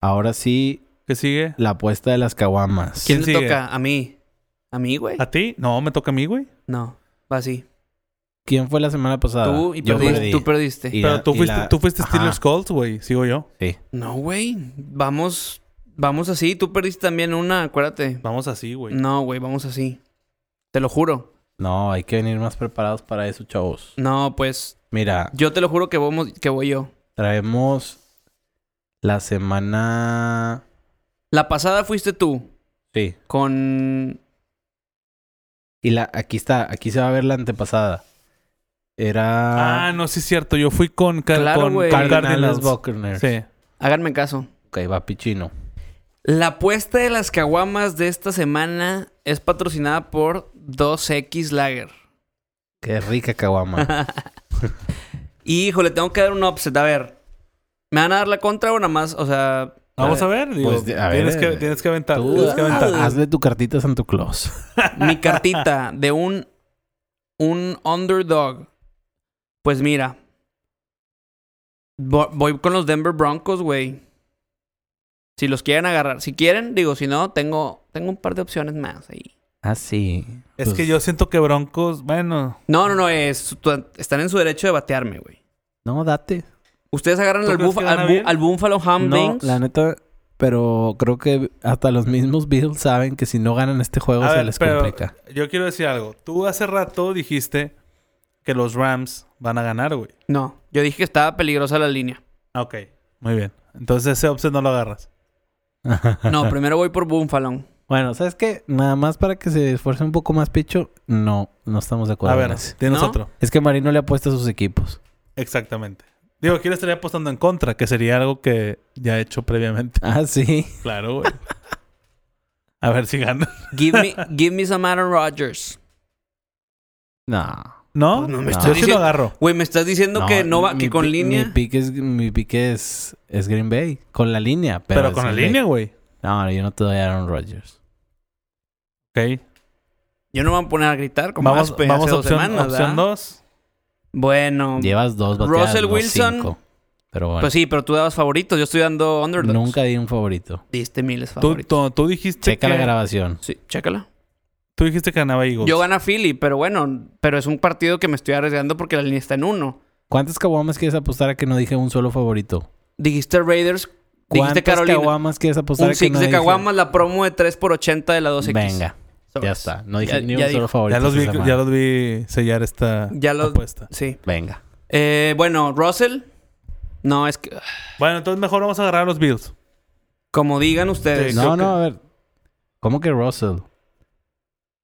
Speaker 3: Ahora sí,
Speaker 1: ¿Qué sigue?
Speaker 3: la apuesta de las caguamas.
Speaker 1: ¿Quién
Speaker 2: ¿Quién, le
Speaker 1: sigue? Ah.
Speaker 2: toca? A mí. ¿A mí, güey?
Speaker 1: ¿A ti? No, me toca a mí, güey.
Speaker 2: No, va así.
Speaker 3: ¿Quién fue la semana pasada?
Speaker 2: tú, y
Speaker 3: Ah, Yo
Speaker 2: perdiste,
Speaker 3: perdí.
Speaker 2: tú perdiste.
Speaker 3: Y
Speaker 1: Pero
Speaker 3: la-
Speaker 1: tú
Speaker 3: y
Speaker 1: fuiste,
Speaker 3: la-
Speaker 1: tú fuiste
Speaker 3: Ajá.
Speaker 1: Steelers Colts, güey. Sigo yo.
Speaker 2: No, güey. Vamos, vamos así. Tú perdiste también una, acuérdate.
Speaker 1: Vamos así, güey.
Speaker 2: No, güey, vamos así. Te lo juro.
Speaker 3: No, hay que venir más preparados para eso, chavos.
Speaker 2: No, pues
Speaker 3: Mira,
Speaker 2: yo te lo juro que, vamos, que voy yo.
Speaker 3: Traemos la semana.
Speaker 2: La pasada fuiste tú
Speaker 3: Sí.
Speaker 2: con...
Speaker 3: Y la, aquí está, aquí se va a ver la antepasada. Era.
Speaker 1: Ah, no, sí es cierto. Yo fui con, Car-
Speaker 2: Claro,
Speaker 1: con
Speaker 2: güey.
Speaker 1: Cardinals.
Speaker 3: Cardinals Buccaneers.
Speaker 1: Sí.
Speaker 2: Háganme caso.
Speaker 3: Ok, va Pichino.
Speaker 2: La apuesta de las caguamas de esta semana es patrocinada por 2X Lager.
Speaker 3: Qué rica caguama.
Speaker 2: Híjole, tengo que dar un offset. A ver, ¿me van a dar la contra o nada más? O sea,
Speaker 1: Vamos a ver. digo,
Speaker 3: Pues, a ver,
Speaker 1: tienes, que,
Speaker 3: eh,
Speaker 1: tienes que aventar.
Speaker 3: Tú, ah,
Speaker 1: Tienes que aventar.
Speaker 3: ha- hazle tu cartita a Santo Claus.
Speaker 2: mi cartita de un, un underdog. Pues mira, vo- voy con los Denver Broncos, güey. Si los quieren agarrar, si quieren, digo, si no, tengo, tengo un par de opciones más ahí.
Speaker 3: Ah, sí.
Speaker 1: es
Speaker 3: Pues,
Speaker 1: que yo siento que Broncos, bueno,
Speaker 2: No, no, no, es, tu- están en su derecho de batearme, güey.
Speaker 3: No, date.
Speaker 2: Ustedes agarran
Speaker 1: ¿Tú
Speaker 2: al,
Speaker 1: crees
Speaker 2: búfa-
Speaker 1: que
Speaker 2: al,
Speaker 1: gana
Speaker 2: bu-
Speaker 1: bien?
Speaker 2: al Buffalo
Speaker 3: No,
Speaker 2: Humdings.
Speaker 3: la neta. Pero creo que hasta los mismos Bills saben que si no ganan este juego
Speaker 1: A
Speaker 3: se
Speaker 1: ver,
Speaker 3: les
Speaker 1: pero-
Speaker 3: complica.
Speaker 1: yo quiero decir algo. Tú hace rato dijiste que los Rams van a ganar, güey.
Speaker 2: No, yo dije que estaba peligrosa la línea.
Speaker 1: Ah, Ok. Muy bien. Entonces ese offset no lo agarras.
Speaker 2: No, primero voy por Buffalo.
Speaker 3: Bueno, ¿sabes qué? Nada más para que se esfuerce un poco más Picho, no, no estamos de acuerdo.
Speaker 1: a ver,
Speaker 3: en ese.
Speaker 1: tienes
Speaker 2: ¿No?
Speaker 1: otro.
Speaker 3: Es que Marino le apuesta a sus equipos.
Speaker 1: Exactamente. Digo, aquí le estaría apostando en contra, que sería algo que ya he hecho previamente.
Speaker 3: Ah, sí.
Speaker 1: Claro, güey. A ver si gana.
Speaker 2: Give me, give me some Aaron Rodgers.
Speaker 3: No.
Speaker 1: Oh, ¿No?
Speaker 2: Pues no
Speaker 3: me
Speaker 1: Yo
Speaker 3: estás
Speaker 1: sí
Speaker 2: diciendo-
Speaker 1: lo agarro.
Speaker 2: Güey, me estás diciendo que no va,
Speaker 3: mi
Speaker 2: que con
Speaker 3: pi-
Speaker 2: línea.
Speaker 3: Mi pique es, mi pique es, es Green Bay. Con la línea. Pero,
Speaker 1: Pero,
Speaker 3: es
Speaker 1: con la
Speaker 3: Green
Speaker 1: línea, güey.
Speaker 3: Bay. No, yo no te doy a Aaron Rodgers.
Speaker 1: Ok.
Speaker 2: Yo no me voy a poner a gritar como
Speaker 1: Vamos,
Speaker 2: Aspe
Speaker 1: vamos
Speaker 2: hace
Speaker 1: a
Speaker 2: dos
Speaker 1: opción,
Speaker 2: semanas,
Speaker 1: opción
Speaker 2: ¿verdad?
Speaker 1: dos.
Speaker 2: Bueno,
Speaker 3: Llevas dos bateadas.
Speaker 2: Um, Russell
Speaker 3: no
Speaker 2: Wilson.
Speaker 3: cinco. Pero bueno,
Speaker 2: Pues sí, pero tú dabas favoritos. Yo estoy dando underdogs.
Speaker 3: nunca di un favorito.
Speaker 2: Diste miles
Speaker 1: Tú,
Speaker 2: favoritos.
Speaker 1: tú- tú dijiste
Speaker 3: Checa la
Speaker 1: que,
Speaker 3: grabación.
Speaker 2: Sí, chécala.
Speaker 1: tú dijiste que ganaba Eagles.
Speaker 2: Yo gana Philly, pero bueno, pero es un partido que me estoy arriesgando porque la línea está en uno.
Speaker 3: ¿Cuántas caguamas quieres apostar a que no dije un solo favorito?
Speaker 2: Dijiste Raiders, dijiste
Speaker 3: ¿Cuántas
Speaker 2: Carolina.
Speaker 3: caguamas quieres apostar
Speaker 2: Un
Speaker 3: a que
Speaker 2: six
Speaker 3: no
Speaker 2: de
Speaker 3: dije?
Speaker 2: caguamas, la promo de 3 por 80 de la 2X.
Speaker 3: Venga,
Speaker 2: Sobres.
Speaker 3: ya está. No dije
Speaker 2: Ya-
Speaker 3: ni un
Speaker 2: ya
Speaker 3: solo
Speaker 2: dijo.
Speaker 3: favorito.
Speaker 1: ya, los vi,
Speaker 3: esta semana.
Speaker 1: ya los vi sellar esta
Speaker 2: Ya los-
Speaker 1: apuesta.
Speaker 2: Sí.
Speaker 3: Venga.
Speaker 2: Eh, bueno, Russell. No, es que.
Speaker 1: Bueno, entonces mejor vamos a agarrar a los Bills.
Speaker 2: Como digan ustedes.
Speaker 1: Sí, creo
Speaker 3: No, no,
Speaker 1: que-
Speaker 3: a ver. ¿Cómo que Russell?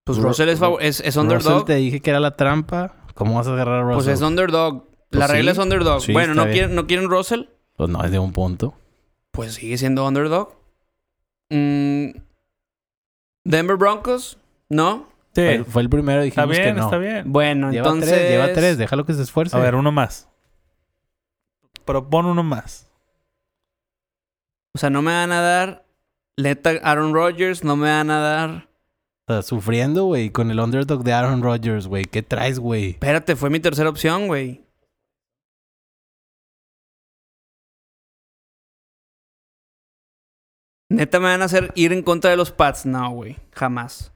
Speaker 2: Pues
Speaker 3: Ru-
Speaker 2: Russell es, fav- es, es
Speaker 3: Russell
Speaker 2: underdog.
Speaker 3: te dije que era la trampa. ¿Cómo vas a agarrar a Russell?
Speaker 2: Pues es underdog. La
Speaker 3: Pues
Speaker 2: regla
Speaker 3: sí.
Speaker 2: es underdog.
Speaker 3: Sí,
Speaker 2: bueno,
Speaker 3: está
Speaker 2: ¿no
Speaker 3: bien.
Speaker 2: quieren, ¿no quieren Russell?
Speaker 3: Pues no, es de un punto.
Speaker 2: Pues sigue siendo underdog. Mm, Denver Broncos, ¿no.
Speaker 1: Sí,
Speaker 3: Fue, fue el primero,
Speaker 1: está
Speaker 3: dijimos que
Speaker 1: bien,
Speaker 3: no.
Speaker 1: está bien.
Speaker 2: Bueno,
Speaker 3: Lleva
Speaker 2: entonces.
Speaker 3: tres, lleva tres. Déjalo que se esfuerce.
Speaker 1: A ver, uno más. Propon uno más.
Speaker 2: O sea, no me van a dar. Neta, Aaron Rodgers, no me van a dar.
Speaker 3: Está sufriendo, güey, con el underdog de Aaron Rodgers, güey. ¿Qué traes, güey?
Speaker 2: Espérate, fue mi tercera opción, güey. Neta, me van a hacer ir en contra de los Pats. No, güey. Jamás.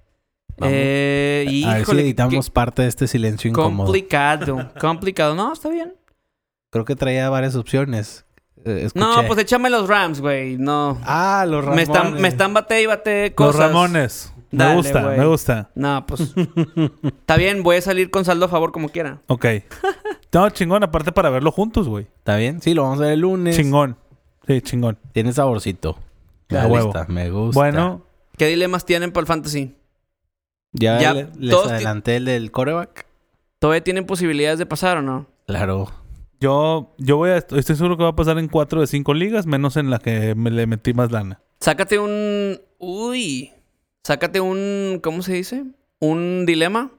Speaker 3: Vamos.
Speaker 2: Eh,
Speaker 3: a ver si
Speaker 2: híjole, qué-
Speaker 3: editamos parte de este silencio
Speaker 2: qué
Speaker 3: incómodo.
Speaker 2: complicado. complicado. No, está bien.
Speaker 3: Creo que traía varias opciones. Eh, escuché.
Speaker 2: No, pues échame los Rams, güey. No.
Speaker 3: Ah, los Ramones.
Speaker 2: Me están, me están bate y bate cosas.
Speaker 1: Los Ramones. Me
Speaker 2: Dale,
Speaker 1: gusta,
Speaker 2: güey.
Speaker 1: me gusta.
Speaker 2: No, pues. Está bien, voy a salir con saldo a favor como quiera.
Speaker 1: Ok. No, chingón, aparte para verlo juntos, güey.
Speaker 3: ¿Está bien? Sí, lo vamos a ver el lunes.
Speaker 1: Chingón. Sí, chingón.
Speaker 3: Tiene saborcito.
Speaker 1: A
Speaker 3: La
Speaker 1: huevo.
Speaker 3: lista, me gusta.
Speaker 1: Bueno,
Speaker 2: ¿Qué dilemas tienen para el fantasy?
Speaker 3: ya,
Speaker 2: ya
Speaker 3: le- les
Speaker 2: todos ti-
Speaker 3: adelanté el del coreback.
Speaker 2: ¿Todavía tienen posibilidades de pasar o no?
Speaker 3: Claro.
Speaker 1: yo, yo voy a, estoy seguro que va a pasar en cuatro de cinco ligas, menos en la que me le metí más lana.
Speaker 2: Sácate un. Uy. Sácate un. ¿Cómo se dice? Un dilema.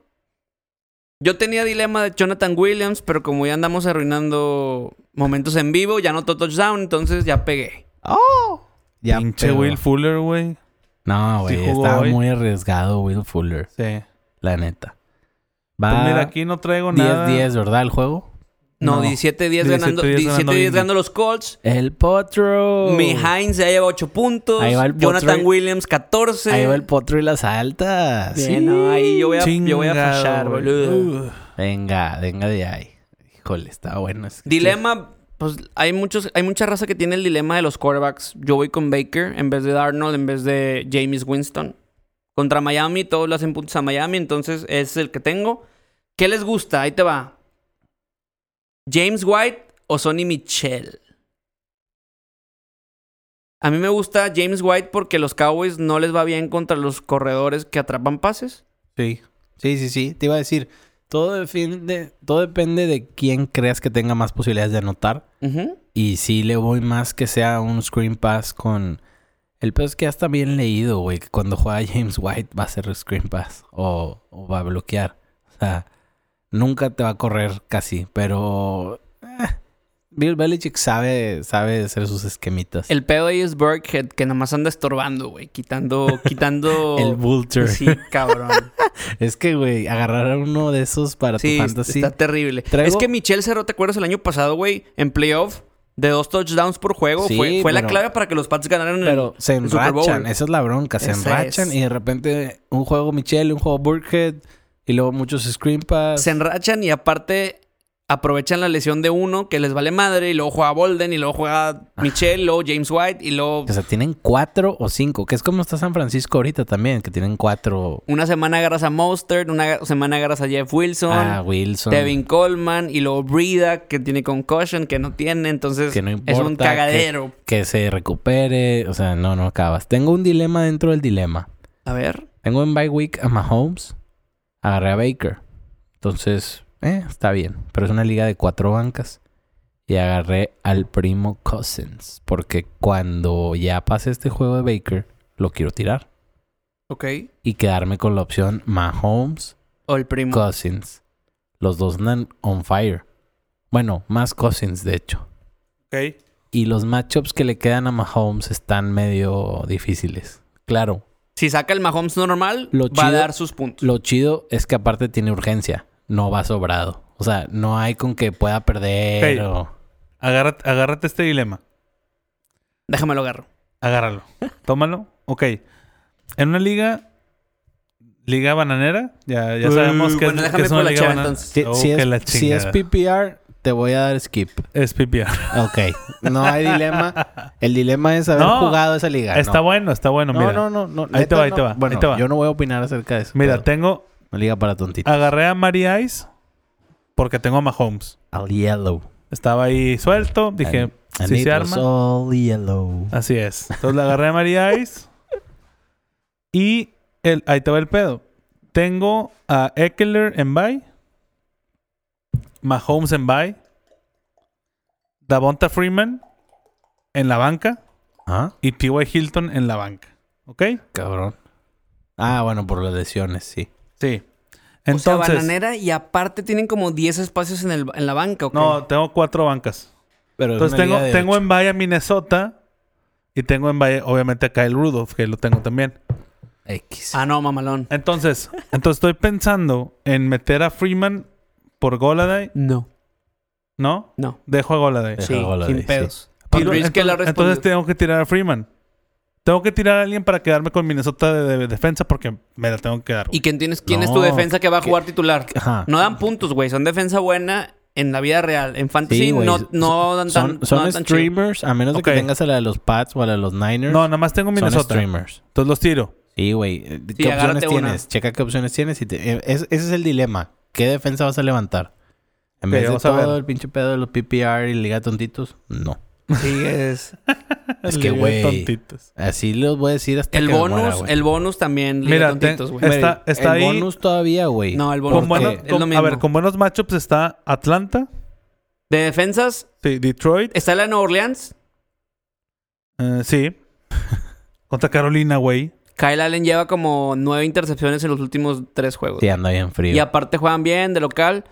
Speaker 2: Yo tenía dilema de Jonathan Williams, pero como ya andamos arruinando momentos en vivo, ya anotó touchdown, entonces ya pegué. Oh.
Speaker 3: Ya,
Speaker 1: Pinche
Speaker 3: pero-
Speaker 1: Will Fuller, güey.
Speaker 3: No,
Speaker 1: Sí
Speaker 3: güey.
Speaker 1: jugó
Speaker 3: estaba
Speaker 1: hoy.
Speaker 3: muy arriesgado Will Fuller.
Speaker 1: Sí.
Speaker 3: La neta.
Speaker 2: Ah,
Speaker 1: Pues mira,
Speaker 3: Va
Speaker 1: aquí no traigo nada.
Speaker 3: 10-10, ¿verdad? El juego.
Speaker 2: No,
Speaker 1: No.
Speaker 2: 17-10 ganando,
Speaker 1: 17-10 ganando
Speaker 2: 17-10
Speaker 1: Indy.
Speaker 2: ganando los Colts.
Speaker 3: El potro.
Speaker 2: Mi Hines ya lleva 8 puntos.
Speaker 3: Ahí va el
Speaker 2: Jonathan
Speaker 3: potro.
Speaker 2: Williams 14.
Speaker 3: Ahí va el potro y las altas.
Speaker 2: Bien, no, ahí yo voy a, yo voy a
Speaker 1: Chingado,
Speaker 2: fachar,
Speaker 1: güey.
Speaker 2: boludo.
Speaker 1: Ugh.
Speaker 3: Venga, venga de ahí. Híjole, está bueno. es que-
Speaker 2: Dilema, pues hay muchos, hay mucha raza que tiene el dilema de los quarterbacks. Yo voy con Baker en vez de Darnold, en vez de James Winston. Contra Miami, todos le hacen puntos a Miami, entonces es el que tengo. ¿Qué les gusta? Ahí te va. James White o Sonny Michel. A mí me gusta James White porque los Cowboys no les va bien contra los corredores que atrapan pases.
Speaker 3: Sí. Sí, sí, sí. Te iba a decir, todo depende, todo depende de quién creas que tenga más posibilidades de anotar.
Speaker 2: Ujú.
Speaker 3: Y sí le voy más que sea un screen pass con... El peor es que ya está bien leído, güey. Que cuando juega James White va a ser screen pass o, o va a bloquear. O sea, nunca te va a correr casi. Pero... eh, Bill Belichick sabe, sabe hacer sus esquemitas.
Speaker 2: El pedo ahí es Burkhead, que nomás anda estorbando, güey. Quitando, quitando...
Speaker 3: El Vulture.
Speaker 2: pues Sí, cabrón.
Speaker 3: Es que, güey, agarrar a uno de esos para
Speaker 2: Sí,
Speaker 3: tu fantasy...
Speaker 2: está terrible.
Speaker 3: Traigo-
Speaker 2: Es que Michelle Cerro, ¿te acuerdas el año pasado, güey? En playoff, de dos touchdowns por juego.
Speaker 3: Sí,
Speaker 2: fue fue la
Speaker 3: pero-
Speaker 2: clave para que los Pats ganaran el-
Speaker 3: Pero se
Speaker 2: el Super Bowl.
Speaker 3: enrachan, esa es la bronca, se
Speaker 2: Esa
Speaker 3: enrachan
Speaker 2: es.
Speaker 3: y de repente un juego Michelle, un juego Burkhead y luego muchos screen pass.
Speaker 2: Se enrachan y aparte aprovechan la lesión de uno que les vale madre. Y luego juega Bolden, y luego juega Michelle, luego James White, y luego
Speaker 3: O sea, tienen cuatro o cinco, que es como está San Francisco ahorita también, que tienen cuatro
Speaker 2: una semana agarras a Mostert, una ga- semana agarras a Jeff Wilson.
Speaker 3: a Ah, Wilson.
Speaker 2: Devin Coleman y luego Brida que tiene concussion que no tiene, entonces
Speaker 3: Que no
Speaker 2: es un
Speaker 3: importa, que-
Speaker 2: cagadero.
Speaker 3: Que se recupere, o sea, no, no acabas. Tengo un dilema dentro del dilema.
Speaker 2: A ver,
Speaker 3: Tengo en bye week a Mahomes, agarré a Baker. Entonces, eh, está bien. Pero es una liga de cuatro bancas. Y agarré al primo Cousins. Porque cuando ya pase este juego de Baker, lo quiero tirar.
Speaker 2: ok.
Speaker 3: Y quedarme con la opción Mahomes,
Speaker 2: O el primo.
Speaker 3: Cousins. Los dos andan on fire. Bueno, más Cousins, de hecho.
Speaker 1: Ok.
Speaker 3: Y los matchups que le quedan a Mahomes están medio difíciles. Claro,
Speaker 2: Si saca el Mahomes normal,
Speaker 3: Lo
Speaker 2: va a
Speaker 3: chido-
Speaker 2: dar sus puntos.
Speaker 3: Lo chido es que aparte tiene urgencia. No va sobrado. O sea, no hay con que pueda perder
Speaker 1: Ok.
Speaker 3: o...
Speaker 1: Agárrate, agárrate este dilema.
Speaker 2: Déjamelo agarro.
Speaker 1: Agárralo. Tómalo. Ok. En una liga. Liga bananera. Ya, ya
Speaker 2: Uh,
Speaker 1: sabemos que,
Speaker 2: bueno,
Speaker 1: es, que
Speaker 2: déjame
Speaker 1: es una
Speaker 2: por la
Speaker 1: liga
Speaker 2: chava,
Speaker 1: bananera.
Speaker 2: entonces.
Speaker 3: Si,
Speaker 1: Oh,
Speaker 3: si
Speaker 1: que
Speaker 3: es,
Speaker 1: la
Speaker 3: si es
Speaker 1: chingada.
Speaker 3: PPR, te voy a dar skip.
Speaker 1: Es PPR.
Speaker 3: Ok. No hay dilema. El dilema es haber
Speaker 1: No,
Speaker 3: jugado esa liga.
Speaker 1: está
Speaker 3: no.
Speaker 1: bueno, está bueno.
Speaker 3: No,
Speaker 1: mira.
Speaker 3: no, no, no.
Speaker 1: Ahí
Speaker 3: neta,
Speaker 1: te va, ahí
Speaker 3: no.
Speaker 1: te va, ahí
Speaker 3: Bueno,
Speaker 1: te va.
Speaker 3: yo no voy a opinar acerca de eso.
Speaker 1: Mira,
Speaker 3: pero
Speaker 1: tengo.
Speaker 3: Una liga para tontitos.
Speaker 1: Agarré a Mary Ice porque tengo a Mahomes.
Speaker 3: All yellow.
Speaker 1: Estaba ahí suelto. Dije,
Speaker 3: And- and
Speaker 1: si
Speaker 3: it
Speaker 1: se
Speaker 3: was
Speaker 1: arma.
Speaker 3: all yellow.
Speaker 1: Así es. Entonces le agarré a María Ice. Y el, ahí te va el pedo. Tengo a Eckler en bye. Mahomes en bye. Davonta Freeman en la banca.
Speaker 3: Ah,
Speaker 1: Y T.Y. Hilton en la banca. ¿Ok?
Speaker 3: cabrón. Ah, bueno, por las lesiones, sí.
Speaker 1: Sí.
Speaker 2: Entonces, o sea,
Speaker 1: Entonces.
Speaker 2: bananera y aparte tienen como 10 espacios en, el, en la banca, ¿ok?
Speaker 1: no, tengo cuatro bancas.
Speaker 3: Pero es
Speaker 1: Entonces
Speaker 3: una liga
Speaker 1: tengo,
Speaker 3: de
Speaker 1: tengo
Speaker 3: ocho.
Speaker 1: en bye a Minnesota. Y tengo en bye, obviamente, a Kyle Rudolph, que lo tengo también.
Speaker 3: X.
Speaker 2: Ah, no, mamalón.
Speaker 1: Entonces, entonces estoy pensando en meter a Freeman por Goladay,
Speaker 2: No,
Speaker 1: ¿no?
Speaker 2: no.
Speaker 1: Dejo a Goladay.
Speaker 3: Deja
Speaker 2: sí,
Speaker 3: Golladay,
Speaker 2: sin
Speaker 3: sí.
Speaker 2: pedos.
Speaker 1: Tiro-
Speaker 2: Y
Speaker 1: entonces,
Speaker 2: Luis
Speaker 1: este-
Speaker 2: que la respondió.
Speaker 1: entonces tengo que tirar a Freeman. Tengo que tirar a alguien para quedarme con Minnesota de, de defensa porque me la tengo que dar. güey.
Speaker 2: ¿Y quién, tienes, quién es
Speaker 3: No,
Speaker 2: tu defensa que va a jugar titular?
Speaker 3: Ajá.
Speaker 2: No dan puntos, güey. Son defensa buena en la vida real. En fantasy
Speaker 3: Sí, güey.
Speaker 2: no, no dan tan...
Speaker 3: Son, son
Speaker 2: no dan tan chido.
Speaker 3: streamers, a menos de
Speaker 1: Ok.
Speaker 3: que tengas a la de los Pats o a la de los Niners.
Speaker 1: No, nada más tengo
Speaker 3: son
Speaker 1: Minnesota. Entonces
Speaker 3: streamers.
Speaker 1: los tiro.
Speaker 3: Sí, güey. Eh, ¿Qué opciones
Speaker 2: agárrate
Speaker 3: tienes?
Speaker 2: una.
Speaker 3: Checa qué opciones tienes. Y te- eh, es- ese es el dilema. ¿Qué defensa vas a levantar? En
Speaker 1: Ok,
Speaker 3: vez de
Speaker 1: vamos a
Speaker 3: todo
Speaker 1: ver.
Speaker 3: el pinche pedo de los PPR y Liga de Tontitos, no.
Speaker 2: Sí, es...
Speaker 3: Es que,
Speaker 1: Liga de
Speaker 3: güey,
Speaker 1: tontitos.
Speaker 3: Así los voy a decir hasta
Speaker 2: El
Speaker 3: que me muera,
Speaker 2: bonus,
Speaker 3: güey.
Speaker 2: el bonus también. liga
Speaker 1: Mira,
Speaker 2: tontitos,
Speaker 1: ten-
Speaker 2: güey.
Speaker 1: está-
Speaker 3: Mira, el
Speaker 1: ahí-
Speaker 3: bonus todavía, güey.
Speaker 2: No, el bonus
Speaker 1: Con
Speaker 2: Porque
Speaker 1: buenos-
Speaker 2: es
Speaker 1: con-
Speaker 2: lo
Speaker 1: a
Speaker 2: mismo.
Speaker 1: ver, con buenos matchups está Atlanta,
Speaker 2: De defensas,
Speaker 1: sí, Detroit,
Speaker 2: está la de Nueva Orleans.
Speaker 1: eh, sí. Contra Carolina, güey.
Speaker 2: Kyle Allen lleva como nueve intercepciones en los últimos tres juegos.
Speaker 3: Sí, anda bien frío.
Speaker 2: Y aparte juegan bien de local.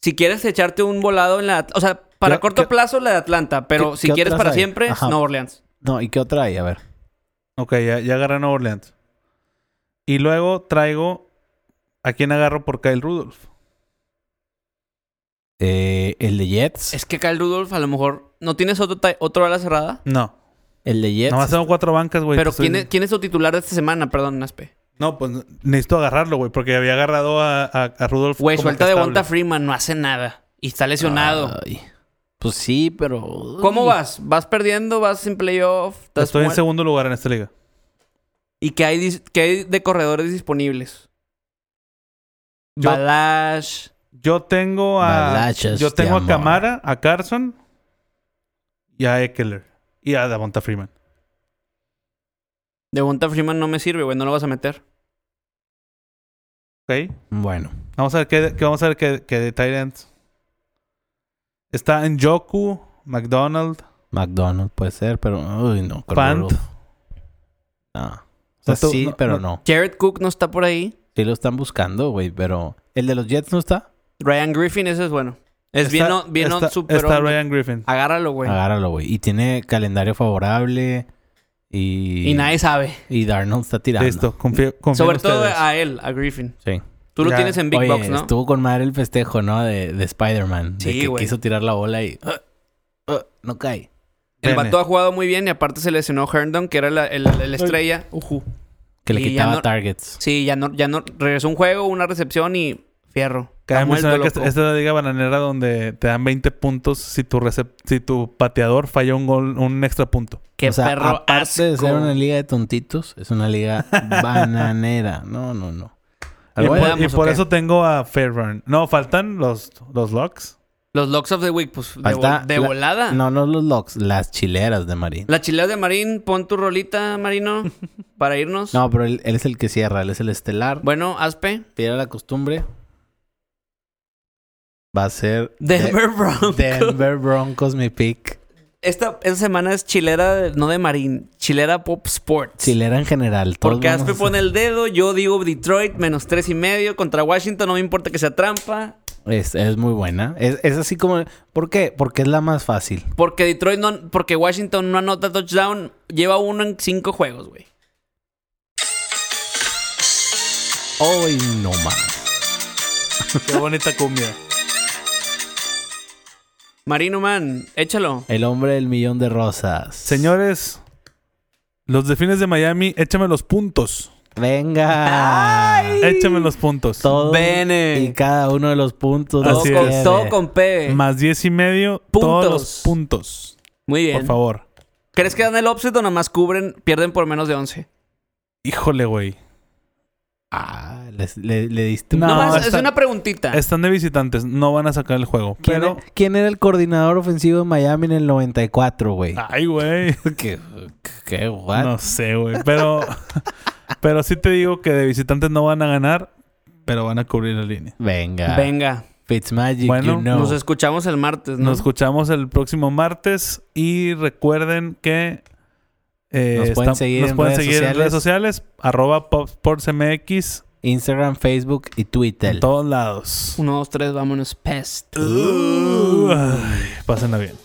Speaker 2: Si quieres echarte un volado en la... O sea, para
Speaker 1: ¿Qué-
Speaker 2: corto
Speaker 1: qué-
Speaker 2: plazo la de Atlanta, pero
Speaker 3: qué-
Speaker 2: si
Speaker 3: qué
Speaker 2: quieres
Speaker 3: otras
Speaker 2: para
Speaker 3: hay?
Speaker 2: siempre,
Speaker 3: Ajá.
Speaker 2: Nueva Orleans.
Speaker 3: No, ¿y qué otra hay? A ver.
Speaker 1: Ok, ya, ya agarré a Nueva Orleans. Y luego traigo a quién agarro por Kyle Rudolph.
Speaker 3: Eh, el de Jets.
Speaker 2: Es que Kyle Rudolph a lo mejor... ¿No tienes otro, ta- otro ala cerrada?
Speaker 1: No.
Speaker 3: El de Jets.
Speaker 1: Nomás tengo cuatro bancas, güey.
Speaker 2: pero
Speaker 1: te Pues estoy-
Speaker 2: ¿quién es, ¿quién es tu titular de esta semana? Perdón, Naspe.
Speaker 1: No, pues necesito agarrarlo, güey, porque había agarrado a, a, a Rudolph.
Speaker 2: Güey,
Speaker 1: como
Speaker 2: suelta
Speaker 1: que
Speaker 2: de
Speaker 1: estable.
Speaker 2: Bonta Freeman, no hace nada. Y está lesionado.
Speaker 3: Ay. Pues sí, pero.
Speaker 2: ¿Cómo vas? ¿Vas perdiendo? ¿Vas en playoff? ¿Estás
Speaker 1: Estoy en
Speaker 2: muer-
Speaker 1: segundo lugar en esta liga.
Speaker 2: ¿Y qué hay, dis- qué hay de corredores disponibles?
Speaker 1: Yo-
Speaker 2: Balash.
Speaker 1: Yo tengo a.
Speaker 3: Balachas
Speaker 1: yo
Speaker 3: de
Speaker 1: tengo a
Speaker 3: amor.
Speaker 1: Camara, a Carson y a Eckler. Y a Davonta Freeman.
Speaker 2: De Bonta Freeman no me sirve, güey. No lo vas a meter.
Speaker 1: Ok.
Speaker 3: Bueno.
Speaker 1: Vamos a ver qué, qué- vamos a ver qué, qué de tight ends. Está en Joku, McDonald.
Speaker 3: McDonald's puede ser, pero. Uy, no. Kurt
Speaker 1: Pant.
Speaker 3: Rudolph. No. O sea,
Speaker 1: No, tú-
Speaker 3: sí,
Speaker 1: no,
Speaker 3: pero
Speaker 1: no.
Speaker 3: no.
Speaker 2: Jared Cook no está por ahí.
Speaker 3: Sí lo están buscando, güey, pero. ¿El de los Jets no está?
Speaker 2: Ryan Griffin, ese es bueno.
Speaker 1: Está-
Speaker 2: Es bien, o- bien o-
Speaker 1: está,
Speaker 2: super
Speaker 1: está
Speaker 2: hombre.
Speaker 1: Ryan Griffin.
Speaker 2: Agárralo, güey.
Speaker 3: Agárralo, güey. Y tiene calendario favorable. Y.
Speaker 2: Y nadie sabe.
Speaker 3: Y Darnold está tirando.
Speaker 1: Listo, confío, confío
Speaker 2: Sobre
Speaker 1: en
Speaker 2: todo
Speaker 1: ustedes.
Speaker 2: a él, a Griffin.
Speaker 3: Sí.
Speaker 2: Tú lo
Speaker 1: Ya.
Speaker 2: tienes en Big
Speaker 3: Oye,
Speaker 2: Box, ¿no?
Speaker 3: estuvo con madre el festejo, ¿no? De, de Spider-Man.
Speaker 2: Sí,
Speaker 3: de que
Speaker 2: güey.
Speaker 3: quiso tirar la bola y. ah, ah, no cae.
Speaker 2: El
Speaker 1: Bene.
Speaker 3: eh.
Speaker 2: vato ha jugado muy bien y aparte se lesionó Herndon, que era la el- el estrella. Ujú.
Speaker 3: Que le
Speaker 2: Y ya
Speaker 3: quitaba
Speaker 2: no-
Speaker 3: targets.
Speaker 2: Sí, ya no, ya no. Regresó un juego, una recepción y fierro.
Speaker 1: Cabe
Speaker 2: Está muerto,
Speaker 1: mencionar que esta
Speaker 2: loco.
Speaker 1: esta es la liga bananera donde te dan 20 puntos si tu, recep- si tu pateador falla un gol, un extra punto.
Speaker 2: Qué
Speaker 3: o sea,
Speaker 2: perro
Speaker 3: aparte de
Speaker 2: asco.
Speaker 3: ser una liga de tontitos, es una liga bananera. No, no, no.
Speaker 1: Y
Speaker 3: Algo
Speaker 1: por,
Speaker 3: de-
Speaker 2: Veamos,
Speaker 1: y por
Speaker 2: ok.
Speaker 1: eso tengo a Fairburn. No, faltan los, los locks.
Speaker 2: Los Locks of the Week, pues de,
Speaker 3: Falta
Speaker 2: vol- de
Speaker 3: la-
Speaker 2: volada.
Speaker 3: No, no los locks, las chileras de Marín.
Speaker 2: La chilea de Marín, pon tu rolita, Marino, para irnos.
Speaker 3: No, pero él, él es el que cierra, él es el estelar. Bueno,
Speaker 2: Bueno, Aspe.
Speaker 3: pierde la costumbre. Va a ser de-
Speaker 2: Denver Broncos.
Speaker 3: Denver Broncos, mi pick.
Speaker 2: Esta, esta semana es chilera, de- no de Marín, chilera Pop Sports.
Speaker 3: Chilera en general. todos
Speaker 2: Porque
Speaker 3: vamos
Speaker 2: Aspe
Speaker 3: a-
Speaker 2: pone el dedo, yo digo Detroit, menos tres y medio, contra Washington, no me importa que sea trampa.
Speaker 3: Es, es muy buena. Es, es así como. ¿Por qué? Porque es la más fácil.
Speaker 2: Porque Detroit no, porque Washington no anota touchdown, lleva uno en cinco juegos, güey.
Speaker 3: Hoy no más.
Speaker 1: Qué bonita cumbia.
Speaker 2: Marino Man, échalo.
Speaker 3: El hombre del millón de rosas.
Speaker 1: Señores, los delfines de Miami, échame los puntos.
Speaker 3: Venga.
Speaker 1: Échame los puntos.
Speaker 3: Todo
Speaker 2: Bene.
Speaker 3: y cada uno de los puntos.
Speaker 2: Todo
Speaker 1: Así
Speaker 2: con,
Speaker 1: es.
Speaker 2: todo con P.
Speaker 1: Más 10 y medio, todos los
Speaker 2: Puntos.
Speaker 1: puntos.
Speaker 2: Muy bien.
Speaker 1: Por favor.
Speaker 2: ¿Crees que dan el offset o nomás cubren, pierden por menos de 11?
Speaker 1: Híjole, güey.
Speaker 3: Ah, les- le, le diste un-
Speaker 1: No,
Speaker 2: nomás, es
Speaker 1: está-
Speaker 2: una preguntita.
Speaker 1: Están de visitantes, no van a sacar el juego.
Speaker 3: ¿Quién,
Speaker 1: Pero.
Speaker 3: e- quién era el coordinador ofensivo de Miami en el 94, güey?
Speaker 2: Ah.
Speaker 1: Ay, güey.
Speaker 3: ¿Qué, qué what?
Speaker 1: No sé, güey. Pero. pero sí te digo que de visitantes no van a ganar, pero van a cubrir la línea.
Speaker 3: Venga.
Speaker 2: Venga,
Speaker 3: Fitzmagic,
Speaker 1: Bueno,
Speaker 3: you know.
Speaker 2: nos escuchamos el martes, Pues ¿no?
Speaker 1: Nos escuchamos el próximo martes y recuerden que eh,
Speaker 3: Nos pueden seguir
Speaker 1: nos
Speaker 3: en
Speaker 1: pueden
Speaker 3: redes
Speaker 1: seguir en
Speaker 3: sociales.
Speaker 1: redes sociales, arroba popsportsmx
Speaker 3: Instagram, Facebook y Twitter.
Speaker 1: en todos lados.
Speaker 2: Uno, dos, tres, vámonos. Pest.
Speaker 1: Ay, pásenla bien.